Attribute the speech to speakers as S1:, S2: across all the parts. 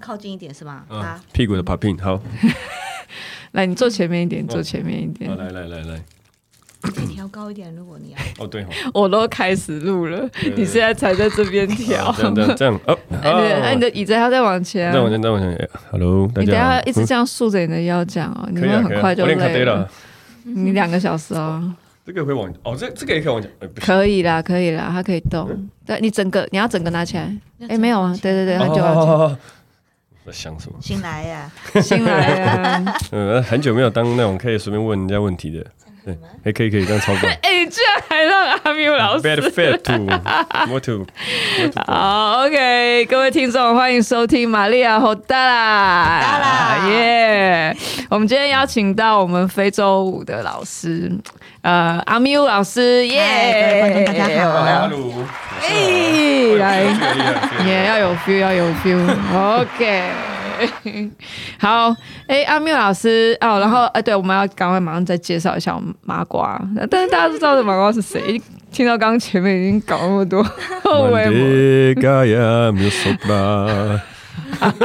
S1: 靠近一点是吗？
S2: 嗯
S1: 啊，
S2: 屁股的 popping，好，
S3: 来，你坐前面一点，
S2: 哦
S3: 坐前面一点
S2: 好。来来来来，
S1: 可以调高一点，如果你要。
S2: 哦对哦，
S3: 我都开始录了，你现在才在这边调
S2: 好。这样这样这样，哦，
S3: 哎，你的哎，你的椅子还要再往前啊。
S2: 让我先让我先，Hello，大
S3: 你等
S2: 家
S3: 一下
S2: 好，
S3: 一直这样竖着你的腰讲哦，你
S2: 可以
S3: 会
S2: 啊，可以
S3: 很
S2: 啊
S3: 快就
S2: 我练卡
S3: 累
S2: 对了
S3: 了。，你两个小时 哦，
S2: 这个会往哦，这这个也可以往前，哎不行
S3: 可以啦，可以啦，它可以
S2: 嗯
S3: 动。对你整个，你要整个拿起来。哎，没有啊，对对对，很
S2: 哦
S3: 久了，
S2: 好好好我在想什么？
S1: 新来呀、
S3: 新来 啊。
S2: 嗯，很久没有当那种可以随便问人家问题的，对，哎，可以可以，这样超棒。
S3: 哎，你居然还让阿缪 老师
S2: Bad fat to what to
S3: 好，OK，各位听众，欢迎收听玛利亚好大啦，
S1: 好大啦
S3: 耶！我们今天邀请到我们非洲舞的老师，呃，阿缪老师，耶、
S1: 嗨各位观众大家好
S2: 阿鲁，
S3: 哎，来。
S2: 来，
S3: 也要有 feel，要有 feel。OK，好，哎、阿缪老师哦，然后哎、对，我们要赶快马上再介绍一下我们麻瓜，但是大家都知道这麻瓜是谁，听到刚刚前面已经搞那么多后尾模
S2: 嘎呀，没有手吧？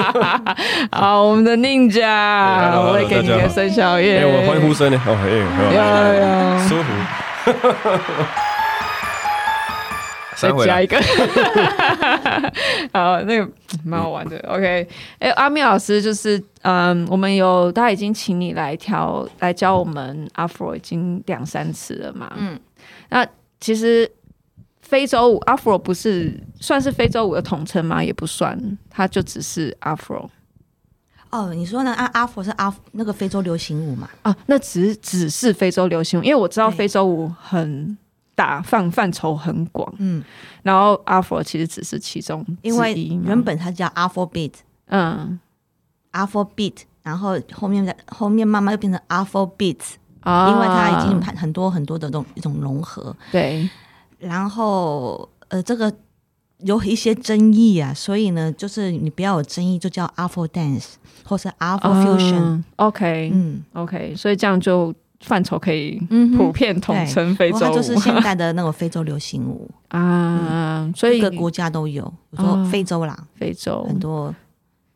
S3: 好，我们的 Ninja，
S2: 哎 hello，
S3: 我会给你一
S2: 大家
S3: 个
S2: 好
S3: 生肖
S2: 哎，
S3: 耶！
S2: 我欢呼声呢？哦，哎，
S3: 呀呀，
S2: 舒服。
S3: 再
S2: 三回
S3: 加
S2: 了
S3: 一，个， 好，那个蛮好玩的。OK，哎、阿米老师就是，嗯，我们有他已经请你来调来教我们 Afro 已经两三次了嘛。嗯
S1: 嗯，
S3: 那其实非洲舞 Afro 不是算是非洲舞的统称吗？也不算，它就只是 Afro
S1: 哦，你说呢？阿阿佛是阿佛那个非洲流行舞嘛？
S3: 啊，那只只是非洲流行舞，因为我知道
S1: 对
S3: 非洲舞很大范范畴很广，
S1: 嗯，
S3: 然后 Afro 其实只是其中
S1: 因为
S3: 之一嘛
S1: 原本它叫阿佛 beat，
S3: 嗯。
S1: 阿佛 beat，然后后面的后面慢慢又变成阿佛 beat，
S3: 啊
S1: 因为它已经很多很多的这种一种融合。
S3: 对
S1: 然后呃，这个有一些争议啊，所以呢，就是你不要有争议，就叫 Afro Dance 或是 Afro Fusion。
S3: 嗯 OK
S1: 嗯
S3: OK，所以这样就范畴可以
S1: 嗯哼
S3: 普遍统称非
S1: 然后
S3: 洲
S1: 它就是
S3: 舞
S1: 现代的那种非洲流行舞，
S3: 啊，所以
S1: 各个国家都有。我说
S3: 哦
S1: 非洲啦，
S3: 非洲
S1: 很，多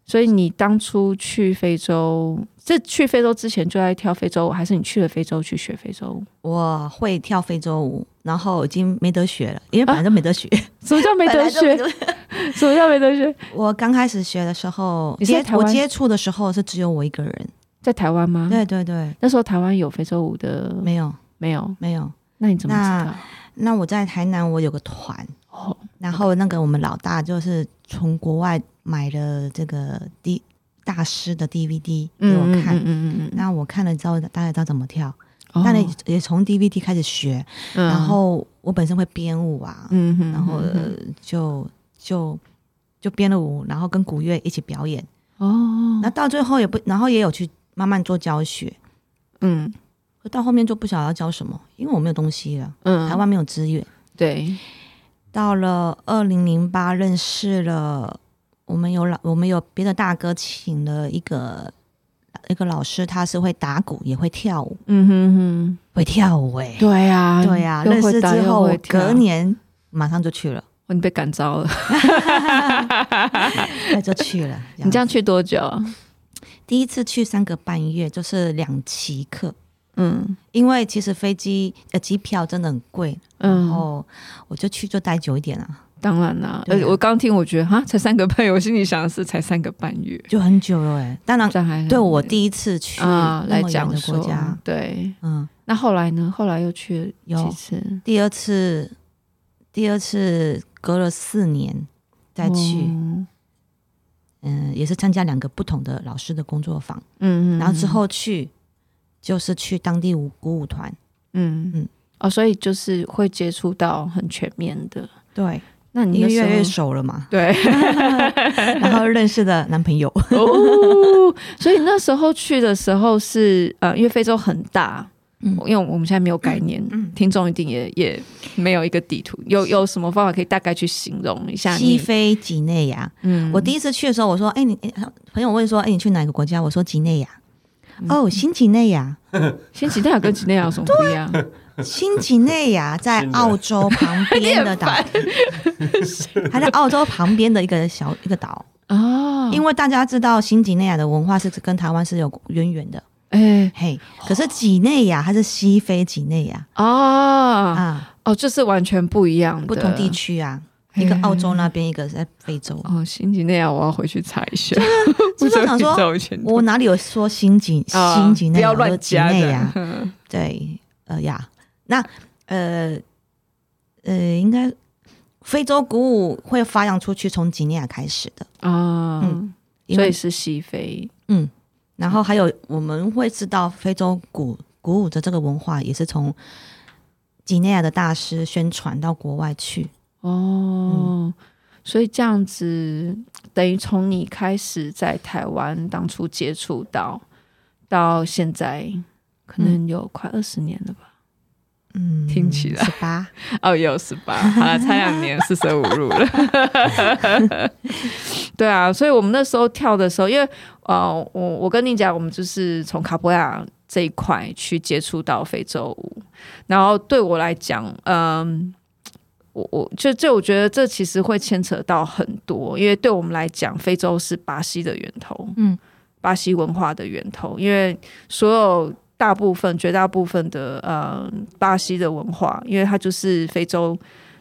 S3: 所以你当初去非洲，这去非洲之前就在跳非洲舞，还是你去了非洲去学非洲舞？
S1: 我会跳非洲舞，然后已经没得学了，因为本来就没得学，
S3: 什么叫啊 没
S1: 本
S3: 得
S1: 来就没
S3: 学？
S1: 得。
S3: 什么叫没得学？
S1: 我刚开始学的时候，
S3: 你是在
S1: 接
S3: 台
S1: 我
S3: 湾嗯
S1: 接触的时候是只有我一个人。
S3: 在台湾吗？
S1: 对对对，
S3: 那时候台湾有非洲舞的
S1: 没有
S3: 没有？
S1: 没有。
S3: 那你怎么知道？
S1: 那我在台南，我有个团，
S3: 哦，
S1: 然后那个我们老大就是从国外买了这个 D 大师的 DVD 给我看，
S3: 嗯嗯嗯嗯，
S1: 那我看了之后大概知道怎么跳，
S3: 哦
S1: 但也也从 DVD 开始学，
S3: 嗯
S1: 然后我本身会编舞啊，
S3: 嗯哼，
S1: 然后、
S3: 嗯
S1: 呃、就就就编了舞，然后跟古乐一起表演，
S3: 哼
S1: 呃那到最后也不，然后也有去慢慢做教学，
S3: 哦，嗯
S1: 到后面就不晓得要教什么，因为我没有东西了，
S3: 嗯，
S1: 台湾没有资源。
S3: 对，
S1: 到了二零零八，认识了我们有老，我们有别的大哥请了一个一个老师，他是会打鼓，也会跳舞，
S3: 嗯哼哼，
S1: 会跳舞哎、
S3: 对呀，
S1: 对呀、
S3: 又
S1: 认
S3: 会
S1: 识
S3: 打
S1: 之
S3: 又
S1: 后
S3: 会，跳
S1: 隔年马上就去了，
S3: 哦你被感召了。
S1: 那就去了。
S3: 你这
S1: 样
S3: 样去多久？
S1: 第一次去三个半月，就是两期课，
S3: 嗯
S1: 因为其实飞机呃机票真的很贵，然
S3: 嗯，
S1: 后我就去就待久一点啊，
S3: 当然啦。而
S1: 对啊
S3: 且我刚听，我觉得哈，才三个半 月，我心里想的是才三个半月，
S1: 就很久了哎、当然，
S3: 这还
S1: 对我第一次去
S3: 嗯啊
S1: 那
S3: 来
S1: 么远
S3: 讲
S1: 的
S3: 说
S1: 国家，，
S3: 对。
S1: 嗯。
S3: 那后来呢？后来又去了
S1: 有
S3: 几次？
S1: 第二次，第二次隔了四年再去，
S3: 哦
S1: 嗯，也是参加两个不同的老师的工作坊，
S3: 嗯嗯，
S1: 然后之后去就是去当地舞鼓舞团，
S3: 嗯嗯
S1: 嗯
S3: 哦，所以就是会接触到很全面的。
S1: 对，
S3: 那
S1: 因
S3: 你那
S1: 为
S3: 时
S1: 越
S3: 候，
S1: 来越熟了嘛
S3: 对
S1: 然后认识的男朋 友，
S3: 哦，所以那时候去的时候是呃，因为非洲很大，
S1: 嗯
S3: 因为我们现在没有概念，听众一定也也没有一个地图，有有什么方法可以大概去形容一下
S1: 西
S3: 你？
S1: 非几内亚。
S3: 嗯
S1: 我第一次去的时候，我说：“哎、你哎朋友问说，哎、你去哪个国家？”我说：“几内亚。”
S3: 嗯
S1: 哦，新几内亚，
S3: 新几内亚跟几内亚有什么不 一样？
S1: 新几内 亚在
S2: 新的
S1: 澳洲旁边的岛，它在澳洲旁边的一个小一个岛，
S3: 啊，
S1: 因为大家知道新几内亚的文化是跟台湾是有渊源的，
S3: 哎
S1: 嘿。可是几内亚它是西非几内亚
S3: 啊
S1: 啊，
S3: 哦，就是完全不一样的
S1: 不同地区啊，一个澳洲那边，一个在非洲。
S3: 哦，新几内亚我要回去查一下，
S1: 就
S3: 我
S1: 是想说
S3: 绕一圈
S1: 我哪里有说新几
S3: 啊
S1: 新几内
S3: 不
S1: 亚
S3: 要
S1: 或者
S3: 乱
S1: 几
S3: 加
S1: 内
S3: 的
S1: 亚？
S3: 嗯
S1: 对，呃呀，那呃呃，应该非洲鼓舞会发扬出去，从几内亚开始的，
S3: 啊，
S1: 嗯因
S3: 所以
S1: 为
S3: 是西非
S1: 嗯，然后还有我们会知道非洲鼓鼓舞的这个文化也是从几内亚的大师宣传到国外去，
S3: 哦，所以这样子等于从你开始在台湾当初接触到到现在，可能有快二十年了吧。
S1: 嗯，
S3: 听起来
S1: 十八，
S3: 哦，也有十八，好了，差两年四舍五入了。 对啊，所以我们那时候跳的时候，因为呃，我我跟你讲，我们就是从卡布亚这一块去接触到非洲舞，然后对我来讲，嗯、我我就就我觉得这其实会牵扯到很多，因为对我们来讲，非洲是巴西的源头，
S1: 嗯，
S3: 巴西文化的源头，因为所有大部分、绝大部分的呃巴西的文化，因为它就是非洲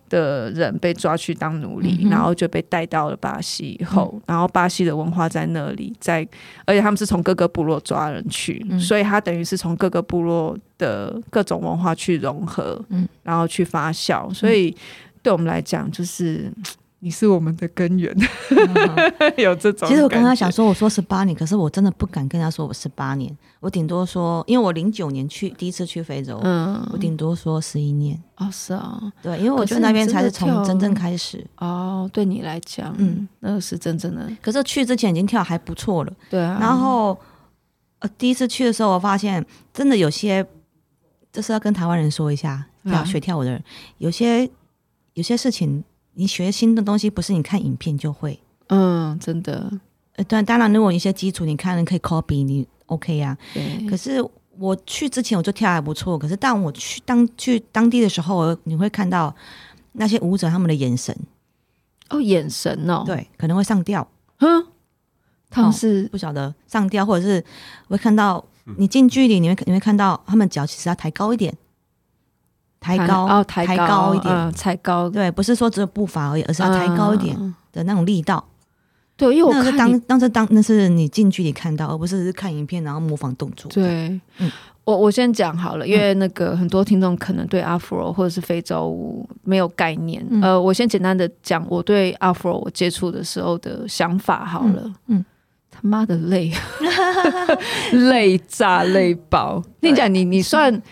S3: 的人被抓去当奴隶，
S1: 嗯哼嗯
S3: 然后就被带到了巴西以后，然后巴西的文化在那里，在而且他们是从各个部落抓人去，
S1: 嗯
S3: 所以他等于是从各个部落的各种文化去融合，
S1: 嗯
S3: 然后去发酵，所以对我们来讲就是。你是我们的根源， 有这种。
S1: 其实我刚刚想，说，我说十八年，可是我真的不敢跟他说我十八年，我顶多说，因为我零九年去第一次去非洲，
S3: 嗯，
S1: 我顶多说十一年。
S3: 哦，是啊，
S1: 对，因为我觉得那边才是从真正开始。
S3: 哦，对你来讲，嗯
S1: 嗯，
S3: 那个是真正的，
S1: 可是去之前已经跳还不错了，
S3: 对啊。
S1: 然后呃第一次去的时候，我发现真的有些，这是要跟台湾人说一下，
S3: 啊
S1: 跳学跳舞的人，有些有些事情你学新的东西，不是你看影片就会。
S3: 嗯，真的，
S1: 呃，但当然，如果有一些基础，你看人可以 copy，你 OK 呀、
S3: 对，
S1: 可是我去之前我就跳还不错，可是当我去当去当地的时候，我你会看到那些舞者他们的眼神，
S3: 哦，眼神哦，，
S1: 对，可能会上吊，
S3: 哼，他们
S1: 哦
S3: 是
S1: 不晓得上吊，或者是会看到你近距离，你会你会看到他们脚其实要抬高一点，抬高
S3: 哦，抬
S1: 抬高一点，
S3: 嗯抬高，
S1: 对，不是说只有步伐而已，而是要抬高一点
S3: 嗯。
S1: 的那种力道。
S3: 对，因为
S1: 那
S3: 我
S1: 是
S3: 看你
S1: 当当是当那是你近距离看到，而不是看影片然后模仿动作。
S3: 对，
S1: 嗯
S3: 我我先讲好了，因为那个很多听众可能对阿弗罗或者是非洲舞没有概念。
S1: 嗯
S3: 呃，我先简单的讲我对阿弗罗我接触的时候的想法好了。
S1: 嗯嗯
S3: 他妈的累，啊 累炸累爆！跟你讲，你你算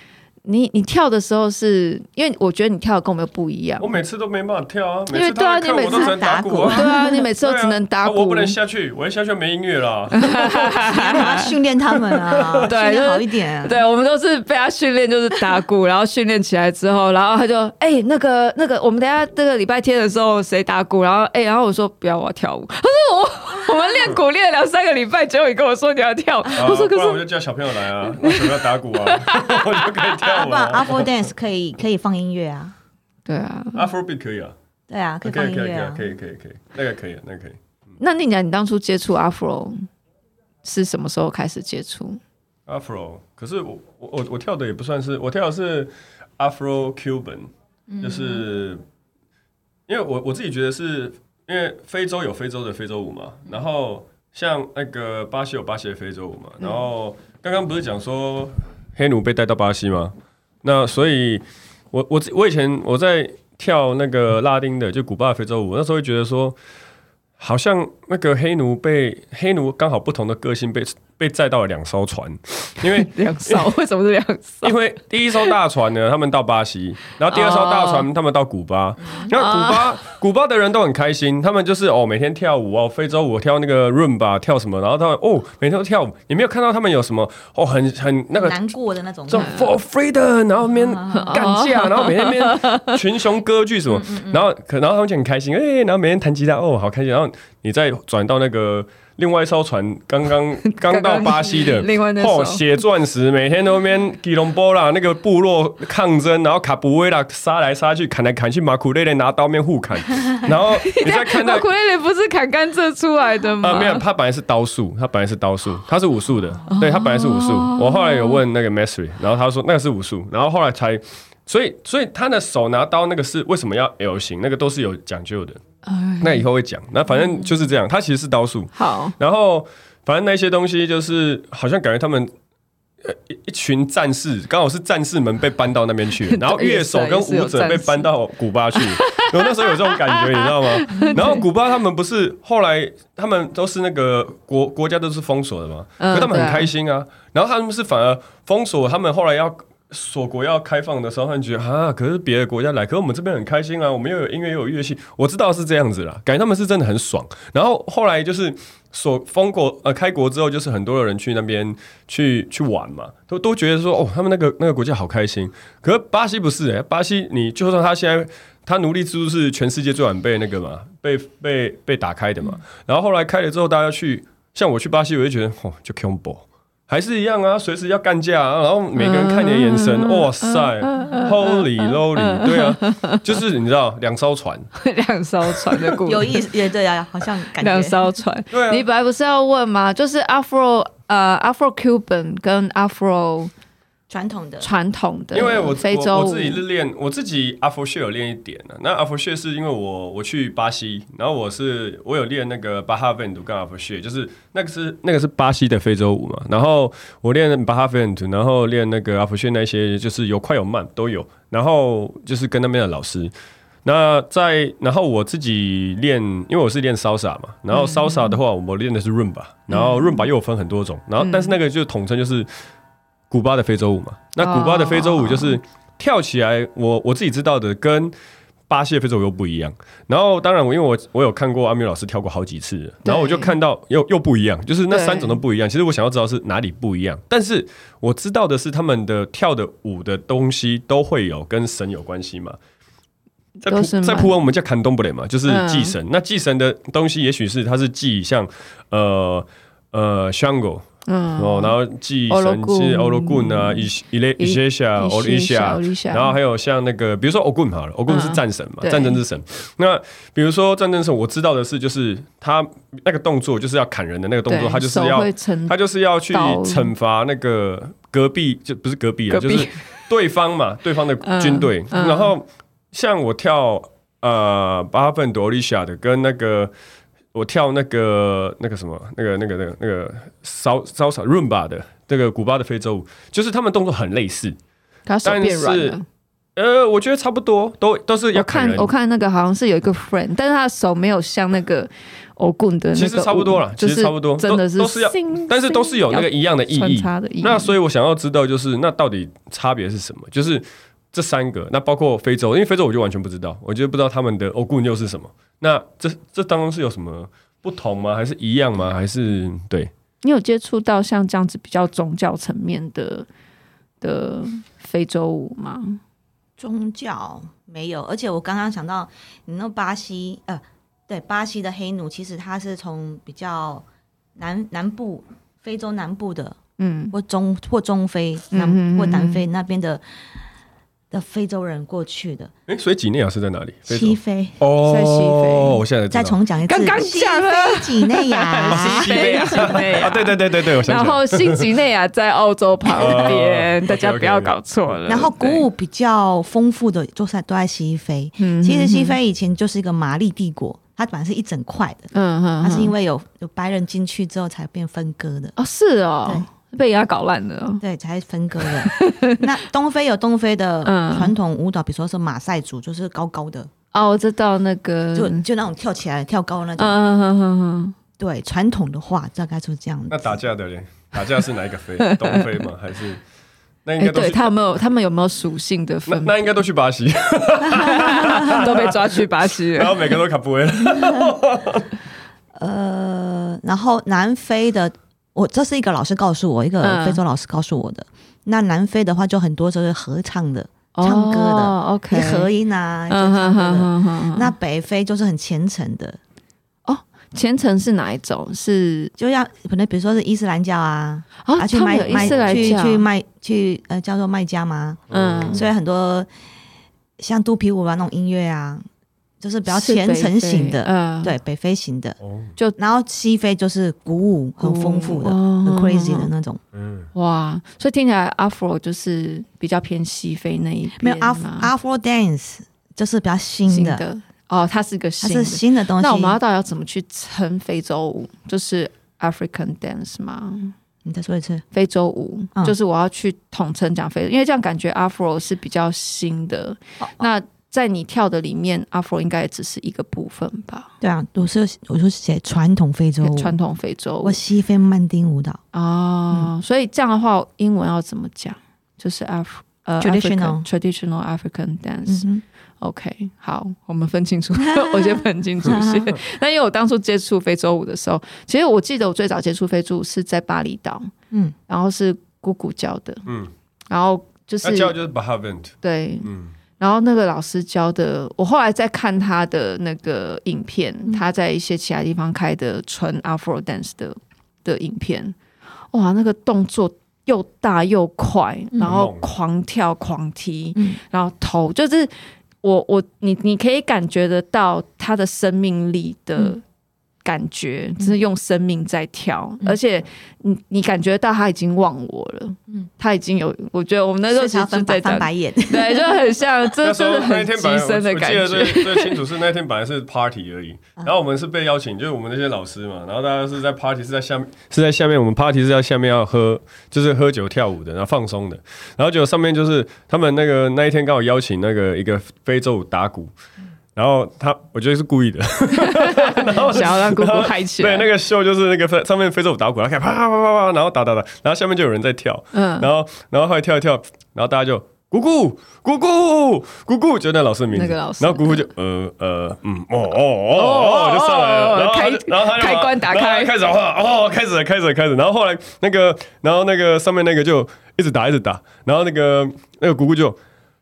S3: 你你跳的时候是，因为我觉得你跳的跟我们不一样
S2: 我。每次都没办法跳啊，
S3: 因
S2: 每
S3: 为
S2: 次他们
S3: 对啊
S2: 看
S3: 你每
S2: 我
S3: 次
S2: 都只能打鼓啊，
S3: 对 啊，你每次都只能打
S2: 啊
S3: 鼓，
S2: 我不能下去，我一下去没音乐 了。
S1: 你要训练他们啊，
S3: 对
S1: 训
S3: 就
S1: 练
S3: 是
S1: 好一点、啊。
S3: 对，我们都是被他训练，就是打鼓，然后训练起来之后，然后他就 哎、那个那个，我们等一下这个礼拜天的时候谁打鼓，然后哎、然后我说不要，我要跳舞。 他说我我们练鼓练了两三个礼拜，结果你跟我说你要跳舞，
S2: 啊
S3: 我说可
S2: 不然我
S3: 是
S2: 就叫小朋友来啊，让小朋友打 鼓啊，我就可以
S1: 啊
S2: 跳舞
S1: 不然
S2: 了。
S1: Afro Dance 可以可以放音乐啊，
S3: 对啊，
S2: Afrobeat 可以啊，
S1: 对啊，可
S2: 可
S1: 以
S2: 以
S1: 放
S2: 可
S1: 音
S2: 以可以
S1: 乐啊
S2: 可。以可以可以，那个可以啊那个可以。
S3: 那你讲你当初接触 Afro 是什么时候开始接触？
S2: Afro，可是我我我我跳的也不算是，我跳的是 Afro Cuban，、就是因为我我自己觉得是因为非洲有非洲的非洲舞嘛，然后像那个巴西有巴西的非洲舞嘛，然后刚刚不是讲说黑奴被带到巴西吗？那所以我我自我以前我在跳那个拉丁的，就古巴的非洲舞，那时候会觉得说。好像那个黑奴被黑奴刚好不同的个性被被载到了两艘船，因为
S3: 两 少为什么是两少
S2: 因？为第一艘大船呢，他们到巴西，然后第二艘大船他们到古巴。然后古巴、古巴的人都很开心，他们就是哦每天跳舞哦，非洲舞跳那个 r u m b a 跳什么，然后他们哦每天都跳舞，你没有看到他们有什么哦很很那个。
S1: 难过的那种
S2: 这种 for freedom，然后
S3: 嗯
S2: 面干架，
S3: 哦
S2: 然后每天面群雄割据 什么，
S3: 嗯
S2: 然后可然后他们就很开心，哎，然后每天弹吉他，哦，好开心。然后你再转到那个另外一艘船刚 刚刚到巴西的，
S3: 另外那艘
S2: 哦，血钻石，每天都边吉隆坡啦那个部落抗争，然后卡布威拉杀来杀去，砍来砍去，马库内内拿刀面互 砍，然后你再看到
S3: 马。库内雷不是砍甘蔗出来的吗？
S2: 啊，没有，他本来是刀术，他本来是刀术，他是武术的，
S3: 哦
S2: 对他本来是武术。我后来有问那个 Mastery，然后他说那个是武术，然后后来才，所以所以他的手拿刀那个是为什么要 L 型，那个都是有讲究的，
S3: 哎
S2: 那以后会讲。那反正就是这样，他其实是刀术，
S3: 好，
S2: 然后反正那些东西就是好像感觉他们。呃，一一群战士，刚好是战士们被搬到那边去， 然后乐
S3: 啊
S2: 手跟舞者被搬到古巴去。我那时候有这种感觉，你知道 吗？然后古巴他们不是后来他们都是那个国国家都是封锁的嘛，
S3: 嗯
S2: 可他们
S3: 对
S2: 很
S3: 啊
S2: 开心啊。然后他们是反而封锁，他们后来要锁国要开放的时候，他们觉得啊，可是别的国家来，可是我们这边很开心啊，我们又有音乐又有乐器，我知道是这样子啦，感觉他们是真的很爽。然后后来就是锁封国呃开国之后，就是很多的人去那边去去玩嘛，都都觉得说哦，他们那个那个国家好开心。可是巴西不是、欸，巴西你就算他现在。他奴隶制度是全世界最晚被那个嘛，被被被打开的嘛。然后后来开了之后，大家去，像我去巴西，我就觉得哦，就 combo，还是一样啊，随时要干架、啊，然后每个人看你的眼神，哇塞，Holy Lowly，对啊，就是你知道两艘船，
S3: 两艘船的故事，
S1: 有意思，也对啊，好像感
S3: 两
S1: 觉
S3: 艘船。
S2: 对啊
S3: 你本来不是要问吗？就是 Afro 呃 Afro Cuban 跟 Afro
S1: 传统的
S3: 传统的，
S2: 因为我
S3: 非
S2: 我
S3: 洲
S2: 我
S3: 舞
S2: 自己是练，我自己 Afro s h 有练一点啊。那 Afro s h 是因为我我去巴西，然后我是我有练那个巴哈 vent 跟 Afro s h 就是那个是那个是巴西的非洲舞嘛。然后我练巴哈 vent，然后练那个 Afro s h 那些就是有快有慢都有。然后就是跟那边的老师。那在然后我自己练，因为我是练 salsa 嘛，然
S3: 嗯
S2: 后 salsa 的话，我练的是 rumba，然后 rumba 又有分很多种，然后
S3: 嗯
S2: 但是那个就统称就是古巴的非洲舞嘛。那
S3: 哦
S2: 古巴的非洲舞就是跳起来，我我自己知道的跟巴西的非洲舞又不一样。然后当然我因为我我有看过阿米老师跳过好几次了，然后我就看到又又不一样，就是那
S3: 对
S2: 三种都不一样。其实我想要知道是哪里不一样，但是我知道的是他们的跳的舞的东西都会有跟神有关系嘛。在
S3: 都是
S2: 普
S3: 蛮
S2: 在普文我们叫坎东布雷嘛，就是
S3: 嗯
S2: 祭神。那祭神的东西也许是它是祭像呃呃 shango
S3: 嗯
S2: 哦，然后祭神
S3: Ologun
S2: 是 Ologun 啊，以以雷以谢夏、
S3: 以
S2: Olisha，
S3: Orisha
S2: 呃然后还有像那个，比如说 Ogun 好了，Ogun
S3: 嗯
S2: 是战神嘛，
S3: 对
S2: 战争之神。那比如说战争神，我知道的是，就是他那个动作就是要砍人的那个动作，
S3: 对
S2: 他就是
S3: 手
S2: 要
S3: 会撑
S2: 他就是要去
S3: 刀
S2: 惩罚那个隔壁，就不是隔壁了，
S3: 隔
S2: 就
S3: 壁
S2: 是对方嘛，对方的
S3: 嗯
S2: 军队。
S3: 嗯
S2: 然后像我跳呃巴哈芬多利夏的，跟那个我跳那个那个什么那个那个那个那个骚骚洒 rumba 的这个古巴的非洲舞，就是他们动作很类似。
S3: 他手
S2: 但
S3: 变软
S2: 是
S3: 了。
S2: 呃，我觉得差不多，都都是要
S3: 我
S2: 砍
S3: 看
S2: 人。
S3: 我看那个好像是有一个 friend，但是他的手没有像那个欧棍的那个
S2: 其
S3: 舞，
S2: 实差不多啦
S3: 就是
S2: 其实差不多
S3: 真的是
S2: 都都是要
S3: 叮
S2: 但是都是有那个一样的意
S3: 叮穿
S2: 义。
S3: 插的意义。
S2: 那所以我想要知道，就是那到底差别是什么？就是这三个，那包括非洲，因为非洲我就完全不知道，我就不知道他们的欧固又是什么。那这这当中是有什么不同吗？还是一样吗？还是对？
S3: 你有接触到像这样子比较宗教层面的的非洲舞吗？
S1: 宗教没有，而且我刚刚想到，你那巴西呃，对巴西的黑奴，其实他是从比较南南部非洲南部的
S3: 嗯，
S1: 或中或中非南、
S3: 嗯哼
S1: 或
S3: 嗯
S1: 南
S3: 哼
S1: 非那边的的非洲人过去的
S2: 哎，所以几内亚是在哪里？非洲
S1: 西非。
S3: 在西
S2: 哦，
S3: 非
S2: 我现在
S1: 再
S2: 才知道
S1: 重讲一次，
S3: 刚刚
S1: 西
S3: 讲了
S1: 非几内亚，
S2: 西非啊
S3: 西非啊
S2: 啊，对对对对对，我想
S3: 然
S2: 起来了。
S3: 后新几内亚在澳洲旁 边，
S2: 哦
S3: 大家不
S2: OK，OK，OK
S3: 要搞错了。
S1: 然后鼓
S3: 对，
S1: 舞比较丰富的都在都在西非。
S3: 嗯
S1: 其实西，
S3: 嗯
S1: 非以前就是一个玛丽帝国，它本来是一整块的，
S3: 嗯嗯，
S1: 它是因
S3: 为
S1: 为有有白人进去之后才变分割的，
S3: 哦是哦，被人家搞烂了。
S1: 对，才分割的。 那东非有东非的
S3: 嗯
S1: 传统舞蹈，比如说是马赛族，就是高高的，
S3: 哦，我知道那个，
S1: 就
S3: 嗯
S1: 就那种跳起来跳高的那种。
S3: 嗯嗯嗯
S1: 对，传统的话大概就是这样子。
S2: 那打架的嘞？打架是哪一个 非？东非吗？还是那
S3: 嗯，
S2: 应
S3: 哎，
S2: 该都
S3: 对
S2: 是
S3: 他有没有他们有没有属性的
S2: 那
S3: 分别？
S2: 那应该都去巴西，
S3: 都被抓去巴西
S2: 然 后
S3: 了。
S2: 每个都卡布埃。
S1: 呃，然后南非的，我这是一个老师告诉我，一个
S3: 嗯
S1: 非洲老师告诉我的。那南非的话，就很多就是合唱的，唱歌的
S3: 哦，OK，
S1: 合音啊，就
S3: 嗯
S1: 唱
S3: 哼
S1: 歌的。
S3: 哼哼哼，
S1: 那北非就是很虔诚的，
S3: 哦，虔诚是哪一种？是
S1: 就要可能比如说是伊斯兰教啊，
S3: 啊，
S1: 啊去
S3: 他们有
S1: 卖
S3: 伊
S1: 卖
S3: 斯兰
S1: 去
S3: 教，
S1: 去卖去呃叫做卖家嘛，
S3: 嗯
S1: 所以很多像肚皮舞啊那种音乐啊，就是比较
S3: 是
S1: 虔诚
S3: 北
S1: 型的，
S3: 非嗯，
S1: 对北非型的，
S2: 哦，
S1: 然后西非就是鼓舞很丰富的、
S3: 哦
S1: 很 crazy 的那种。
S2: 嗯，
S3: 哇，所以听起来 Afro 就是比较偏西非那一边
S1: 没有 Af
S3: 吗
S1: Afro Dance 就是比较新
S3: 新
S1: 的，
S3: 的哦，它是个
S1: 它
S3: 新
S1: 是
S3: 的。
S1: 新的东西。
S3: 那我们要到底要怎么去称非洲舞？就是 African dance 吗？
S1: 你再说一次，
S3: 非洲舞、
S1: 嗯
S3: 就是我要去统称讲非洲，因为这样感觉 Afro 是比较新的。
S1: 哦
S3: 那在你跳的里面，Afro 应该也只是一个部分吧？
S1: 对啊，我是我说写传统非洲舞，
S3: 传统非洲舞
S1: 我嗯西非曼丁舞蹈
S3: 哦、所以这样的话，英文要怎么讲？就是 Af 呃
S1: Traditional
S3: African- traditional African dance、
S1: 嗯
S3: OK，好，我们分清楚， 我先分 清楚先。那因为我当初接触非洲舞的时候，其实我记得我最早接触非洲舞是在巴厘岛，
S1: 嗯，
S3: 然后是姑姑教的，
S2: 嗯，
S3: 然后就是
S2: 他教就是 Bahavent，
S3: 对，
S2: 嗯，
S3: 然后那个老师教的，我后来在看他的那个影片，
S1: 嗯
S3: 他在一些其他地方开的纯 Afro dance 的的影片，哇，那个动作又大又快，
S1: 嗯
S3: 然后
S2: 很猛
S3: 狂跳狂踢，
S1: 嗯
S3: 然后头就是我我你你可以感觉得到他的生命力的
S1: 嗯
S3: 感觉，就是用生命在跳，而且你你感觉到他已经忘我了，
S1: 嗯
S3: 他已经有，我觉得我们那时
S1: 所
S3: 候
S1: 以
S3: 其
S1: 才
S3: 实
S1: 要翻
S3: 就在
S1: 白翻
S3: 讲
S1: 白眼，
S3: 对，就 很像，
S2: 那
S3: 这
S2: 时
S3: 真
S2: 候那
S3: 的
S2: 一
S3: 很
S2: 天
S3: 机
S2: 本来我
S3: 身的
S2: 我
S3: 感
S2: 记得
S3: 觉。
S2: 最最清楚是那天本来是 party 而已，然后我们是被邀请，就是我们那些老师嘛，然后大家是在 party 是在下面是在下面，我们 party 是在下面要喝，就是喝酒跳舞的，然后放松的，然后就上面就是他们那个那一天刚好邀请那个一个非洲打鼓，然后他我觉得是故意的， 然后
S3: 想要让姑姑
S2: 然后
S3: 嗨起来
S2: 对，那个秀就是那个非上面非洲打鼓，然后开始啪啪啪啪啪，然后打打打，然后下面就有人在跳，
S3: 嗯，
S2: 然后然后后来跳一跳，然后大家就。姑姑，姑姑，姑姑，就那老师的名字，
S3: 那个老师
S2: 然后姑姑就呃呃嗯哦哦哦哦就上来了，然后他就
S3: 开
S2: 然后他就把
S3: 开关打开
S2: 然后他开始哦哦开始了开始了开始了，然后后来那个然后那个上面那个就一直打一直打，然后那个那个姑姑就。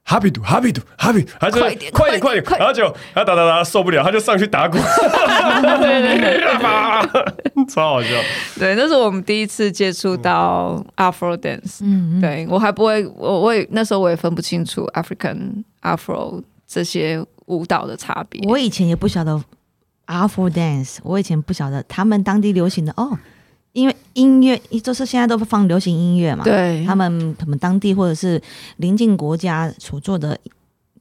S2: 哈比杜，哈比杜，哈比，还是
S3: 快点
S2: 快点，
S3: 快
S2: 快
S3: 点
S2: 点！然后就他打打打受不了，他就上去打鼓，
S3: 对对对
S2: 超好笑。
S3: 对，那是我们第一次接触到 Afro dance。
S1: 嗯，嗯，
S3: 对我还不会，我我也那时候我也分不清楚 African Afro 这些舞蹈的差别。
S1: 我以前也不晓得 Afro Dance，我以前不晓得他们当地流行的哦，因为音乐就是现在都放流行音乐嘛，
S3: 对
S1: 他们他们当地或者是邻近国家所做的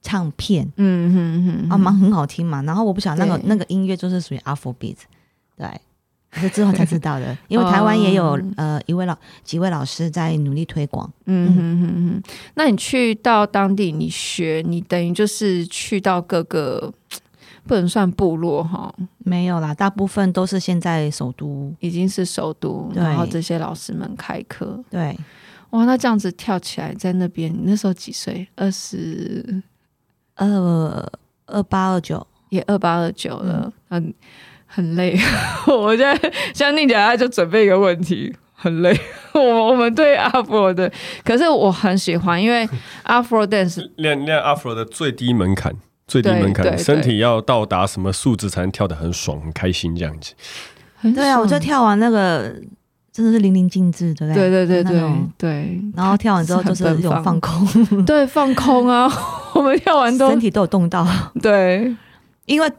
S1: 唱片
S3: 嗯嗯嗯
S1: 啊，蛮很好听嘛。然后我不晓得那个
S3: 对
S1: 那个音乐就是属于 Afro beat，对，我是之后才知道 的。因为台湾也有呃一位老几位老师在努力推广，
S3: 嗯嗯嗯嗯。那你去到当地，你学，你等于就是去到各个不能算部落哈，
S1: 没有啦，大部分都是现在首都
S3: 已经是首都，
S1: 对
S3: 然后这些老师们开课。
S1: 对
S3: 哇，那这样子跳起来，在那边，你那时候几岁？二十，
S1: 呃二八二九
S3: 也二八二九了，嗯，很累。 我现在像宁姐，她就准备一个问题，很累。 我我们对阿佛的，可是我很喜欢，因为阿佛 dance
S2: 练练 Afro 的最低门槛，最低
S3: 对
S2: 门
S3: 对
S2: 槛，
S3: 对
S2: 身体要到达什么数值才能跳得很爽、很开心这样子。
S3: 嗯很
S1: 对啊，我就
S3: 爽。
S1: 跳完那个真的是淋漓尽致，对不
S3: 对
S1: 对？哦
S3: 对对
S1: 那种
S3: 对对
S1: 然后跳完之后就是有
S3: 很奔
S1: 放
S3: 放
S1: 空，
S3: 对，放空啊！我们跳完都
S1: 嗯身体都有动到，
S3: 对，
S1: 因为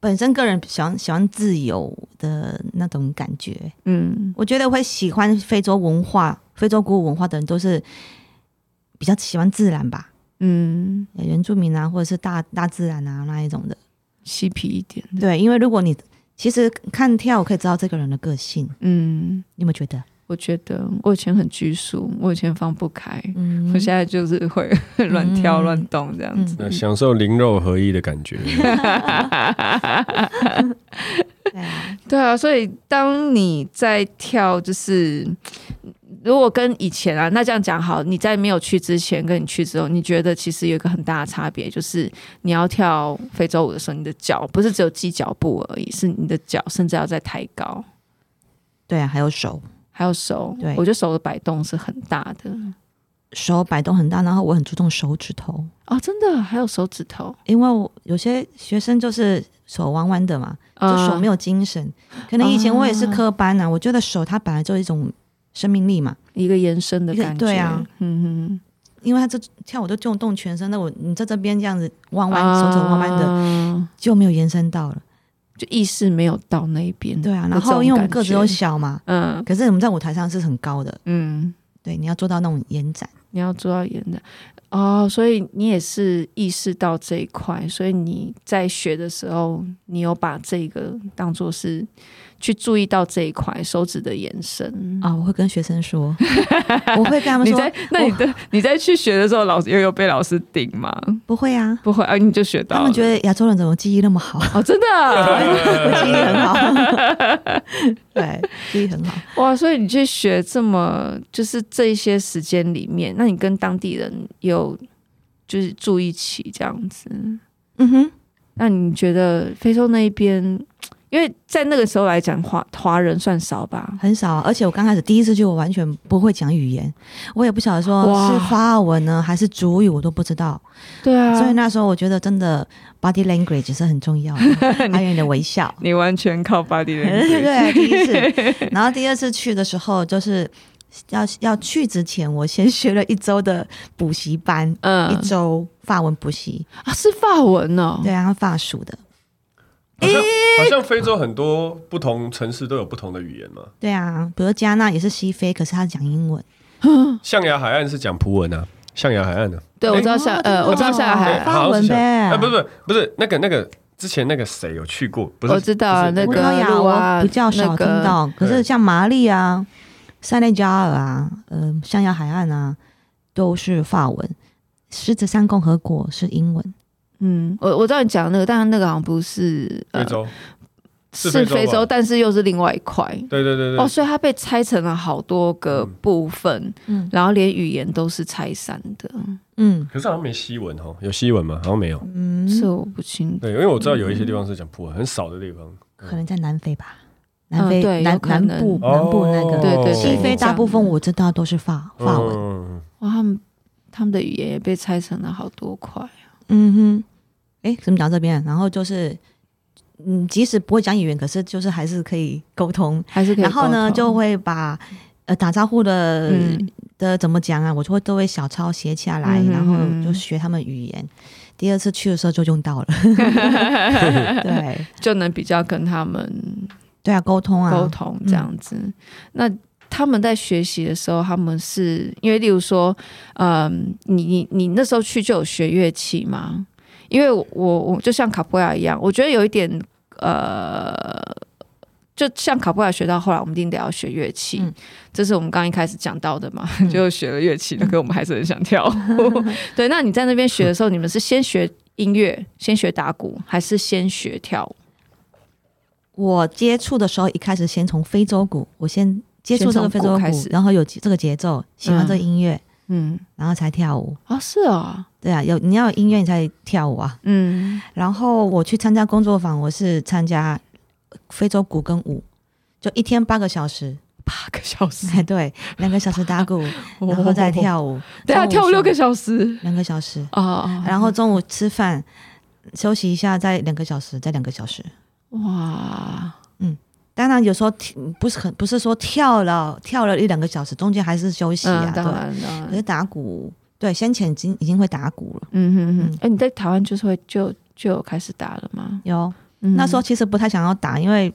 S1: 本身个人喜欢喜欢自由的那种感觉。
S3: 嗯，
S1: 我觉得会喜欢非洲文化、非洲古舞文化的人，都是比较喜欢自然吧，
S3: 嗯，
S1: 原住民啊，或者是大大自然啊那一种的。
S3: 嬉皮一点，
S1: 对，因为如果你其实看跳舞可以知道这个人的个性，
S3: 嗯。
S1: 你有没有觉得？
S3: 我觉得我以前很拘束，我以前放不开，
S1: 嗯
S3: 我现在就是会乱跳
S1: 嗯
S3: 乱动这样子。
S2: 那享受灵肉合一的感觉。
S1: 嗯对啊
S3: 对啊，所以当你在跳，就是如果跟以前啊，那这样讲好，你在没有去之前跟你去之后，你觉得其实有一个很大的差别，就是你要跳非洲舞的时候，你的脚不是只有鸡脚步而已，是你的脚甚至要再抬高，
S1: 对啊，还有手，
S3: 还有手
S1: 对。嗯
S3: 我觉得手的摆动是很大的。
S1: 手摆动很大，然后我很注重手指头，
S3: 哦，真的还有手指头，
S1: 因为我有些学生就是手弯弯的嘛，就手没
S3: 有
S1: 有精神。可能以前我也是科班
S3: 哦
S1: 啊，我觉得手它本来就是一种生命力嘛，
S3: 一个延伸的
S1: 一个
S3: 感觉，
S1: 对啊，
S3: 嗯
S1: 因为他这跳舞都动动全身，那我你在这边这样子弯
S3: 哼，
S1: 弯、手指头弯弯的
S3: 的，
S1: 就没有延伸到了。
S3: 就意识没有到那一边，
S1: 对啊，
S3: 有
S1: 然
S3: 这
S1: 后
S3: 种
S1: 因为我们
S3: 感
S1: 个子又
S3: 觉
S1: 小嘛，
S3: 嗯
S1: 可是我们在舞台上是很高的，
S3: 嗯，
S1: 对，你要做到那种延展。
S3: 你要做到演的哦，所以你也是意识到这一块，所以你在学的时候，你有把这个当做是去注意到这一块手指的延伸。
S1: 啊，我会跟学生 说，我会跟他们
S3: 哦你
S1: 说
S3: 在，那你的你在去学的时候，老师又有被老师顶吗？
S1: 不会啊。
S3: 不会啊，你就学到了。
S1: 他们觉得亚洲人怎么记忆那么好？
S3: 哦，真的 啊
S1: 我记忆力很好， 对，记忆很好。
S3: 哇！所以你去学这么，就是这一些时间里面，那你跟当地人有就是住一起这样子，
S1: 嗯哼，
S3: 那你觉得非洲那一边，因为在那个时候来讲，华华人算少吧？
S1: 很少啊、而且我刚开始第一次去，我完全不会讲语言，我也不晓得说
S3: 哇
S1: 是花尔文呢还是主语，我都不知道。
S3: 对啊
S1: 所以那时候我觉得真的 body language 是很重要的， 还有你的微笑。
S3: 你完全靠 body
S1: 对，第一次，然后第二次去的时候，就是要要去之前，我先学了一周的补习班，
S3: 嗯
S1: 一周法文补习，
S3: 啊，是法文哦。
S1: 对啊，法属的，
S2: 好像好像非洲很多不同城市都有不同的语言嘛。
S1: 对啊，比如加纳也是西非，可是他讲英文，
S2: 象牙海岸是讲葡文啊，象牙海岸的、啊。
S3: 对，我知道
S1: 哦
S3: 下
S1: 真的
S3: 呃，
S1: 哦
S3: 我知道下
S2: 哎
S3: 海，
S1: 法文呗，
S2: 啊，不是不是不是那个那个之前那个谁有去过？不是，
S3: 我知道啊
S2: 哎不是
S3: 那
S1: 葡
S3: 个
S1: 萄牙
S3: 路啊
S1: 我比较少听
S3: 那个
S1: 到，可是像马利啊、塞内加尔啊、嗯、象牙海岸啊，都是法文。狮子山共和国是英文，
S3: 嗯，我我知道你讲的那个，但是那个好像不是
S2: 非
S3: 呃，
S2: 洲。是非
S3: 是
S2: 洲吧
S3: 非洲，但是又是另外一块。
S2: 对对对对
S3: 哦，，所以它被拆成了好多个部分，
S1: 嗯
S3: 然后连语言都是拆散的，
S1: 嗯
S2: 可是好像没西文哦，有西文吗？好像没有。嗯
S1: 嗯，
S3: 这我不清楚。
S2: 对，因为我知道有一些地方是讲葡文，很少的地方。
S1: 可能在南非吧，南非、
S3: 嗯对
S1: 南
S3: 有可
S1: 南
S3: 能
S1: 部
S2: 哦嗯
S1: 南部那个，
S3: 对对对
S1: 西非大部分
S3: 这样
S1: 我知道都是法法文，
S2: 文。
S3: 哇，他们他们的语言也被拆成了好多块。
S1: 嗯哼，哎，怎么讲到这边？然后就是，嗯，即使不会讲语言，可是就是还是可以沟通，
S3: 还是可以沟
S1: 然
S3: 通。
S1: 后呢就会把。呃，打招呼的、
S3: 嗯
S1: 的怎么讲啊？我就会都会小抄写起来，
S3: 嗯哼
S1: 然
S3: 哼
S1: 后就学他们语言。第二次去的时候就用到了， 对
S3: 就能比较跟他们
S1: 对啊，沟通啊，
S3: 沟通这样子。那他们在学习的时候，他们是因为例如说，嗯，你你你那时候去就有学乐器吗？因为我我我就像卡布亚一样，我觉得有一点呃。就像卡布亚学到后来，我们一定得要学乐器，
S1: 嗯
S3: 这是我们刚一开始讲到的嘛。 就学了乐器，那个我们还是很想跳舞。对，那你在那边学的时候，你们是先学音乐，先学打鼓，还是先学跳舞？
S1: 我接触的时候，一开始先从非洲鼓，我先接触这个非洲
S3: 先从鼓开
S1: 鼓
S3: 始，
S1: 然后有这个节奏，喜欢这个音乐，
S3: 嗯，
S1: 然后才跳舞。
S3: 啊、是啊，
S1: 对啊，有你要有音乐你才跳舞啊。
S3: 嗯，
S1: 然后我去参加工作坊，我是参加非洲鼓跟舞，就一天八个小时，
S3: 八个小 时，
S1: 哎对，两个小时打 鼓，然后再跳舞，
S3: 哦对啊，
S1: 中午
S3: 跳
S1: 休
S3: 六个小时
S1: 两个小时，
S3: 啊啊，
S1: 然后中午吃饭休息一下，再两个小时，再两个小时。
S3: 哇，
S1: 当然，有时候跳不是很不是说跳了跳了一两个小时，中间还是休息啊，
S3: 嗯，
S1: 对
S3: 当。然当
S1: 可是
S3: 然，
S1: 打鼓，对，先前已经已经会打鼓了。
S3: 嗯哼哼
S1: 嗯，
S3: 哎，你在台湾就是会就就有开始打了吗？
S1: 有
S3: 嗯
S1: 那时候其实不太想要打，因为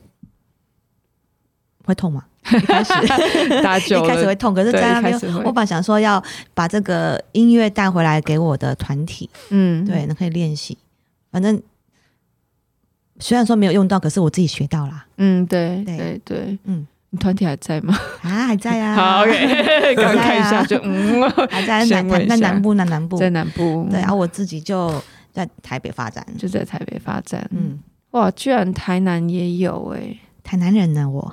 S1: 会痛 嘛。一开始
S3: 打久
S1: 一开始会
S3: 了，
S1: 痛，可是
S3: 对
S1: 在那
S3: 一开
S1: 边
S3: 始会，
S1: 我本来想说要把这个音乐带回来给我的团体，
S3: 嗯，
S1: 对，，那可以练习。反正虽然说没有用到，可是我自己学到啦。
S3: 嗯，对
S1: 对
S3: 对对，
S1: 嗯，
S3: 你团体还在吗？
S1: 啊，还在啊，
S3: 好，OK，刚看一下就嗯，
S1: 还在南
S3: 先问一
S1: 南在
S3: 下
S1: 南部，南南部，
S3: 在南部，
S1: 对，然后我自己就在台北发展，
S3: 就在台北发展，嗯，
S1: 嗯，
S3: 哇，居然台南也有哎，
S1: 台南人呢， 我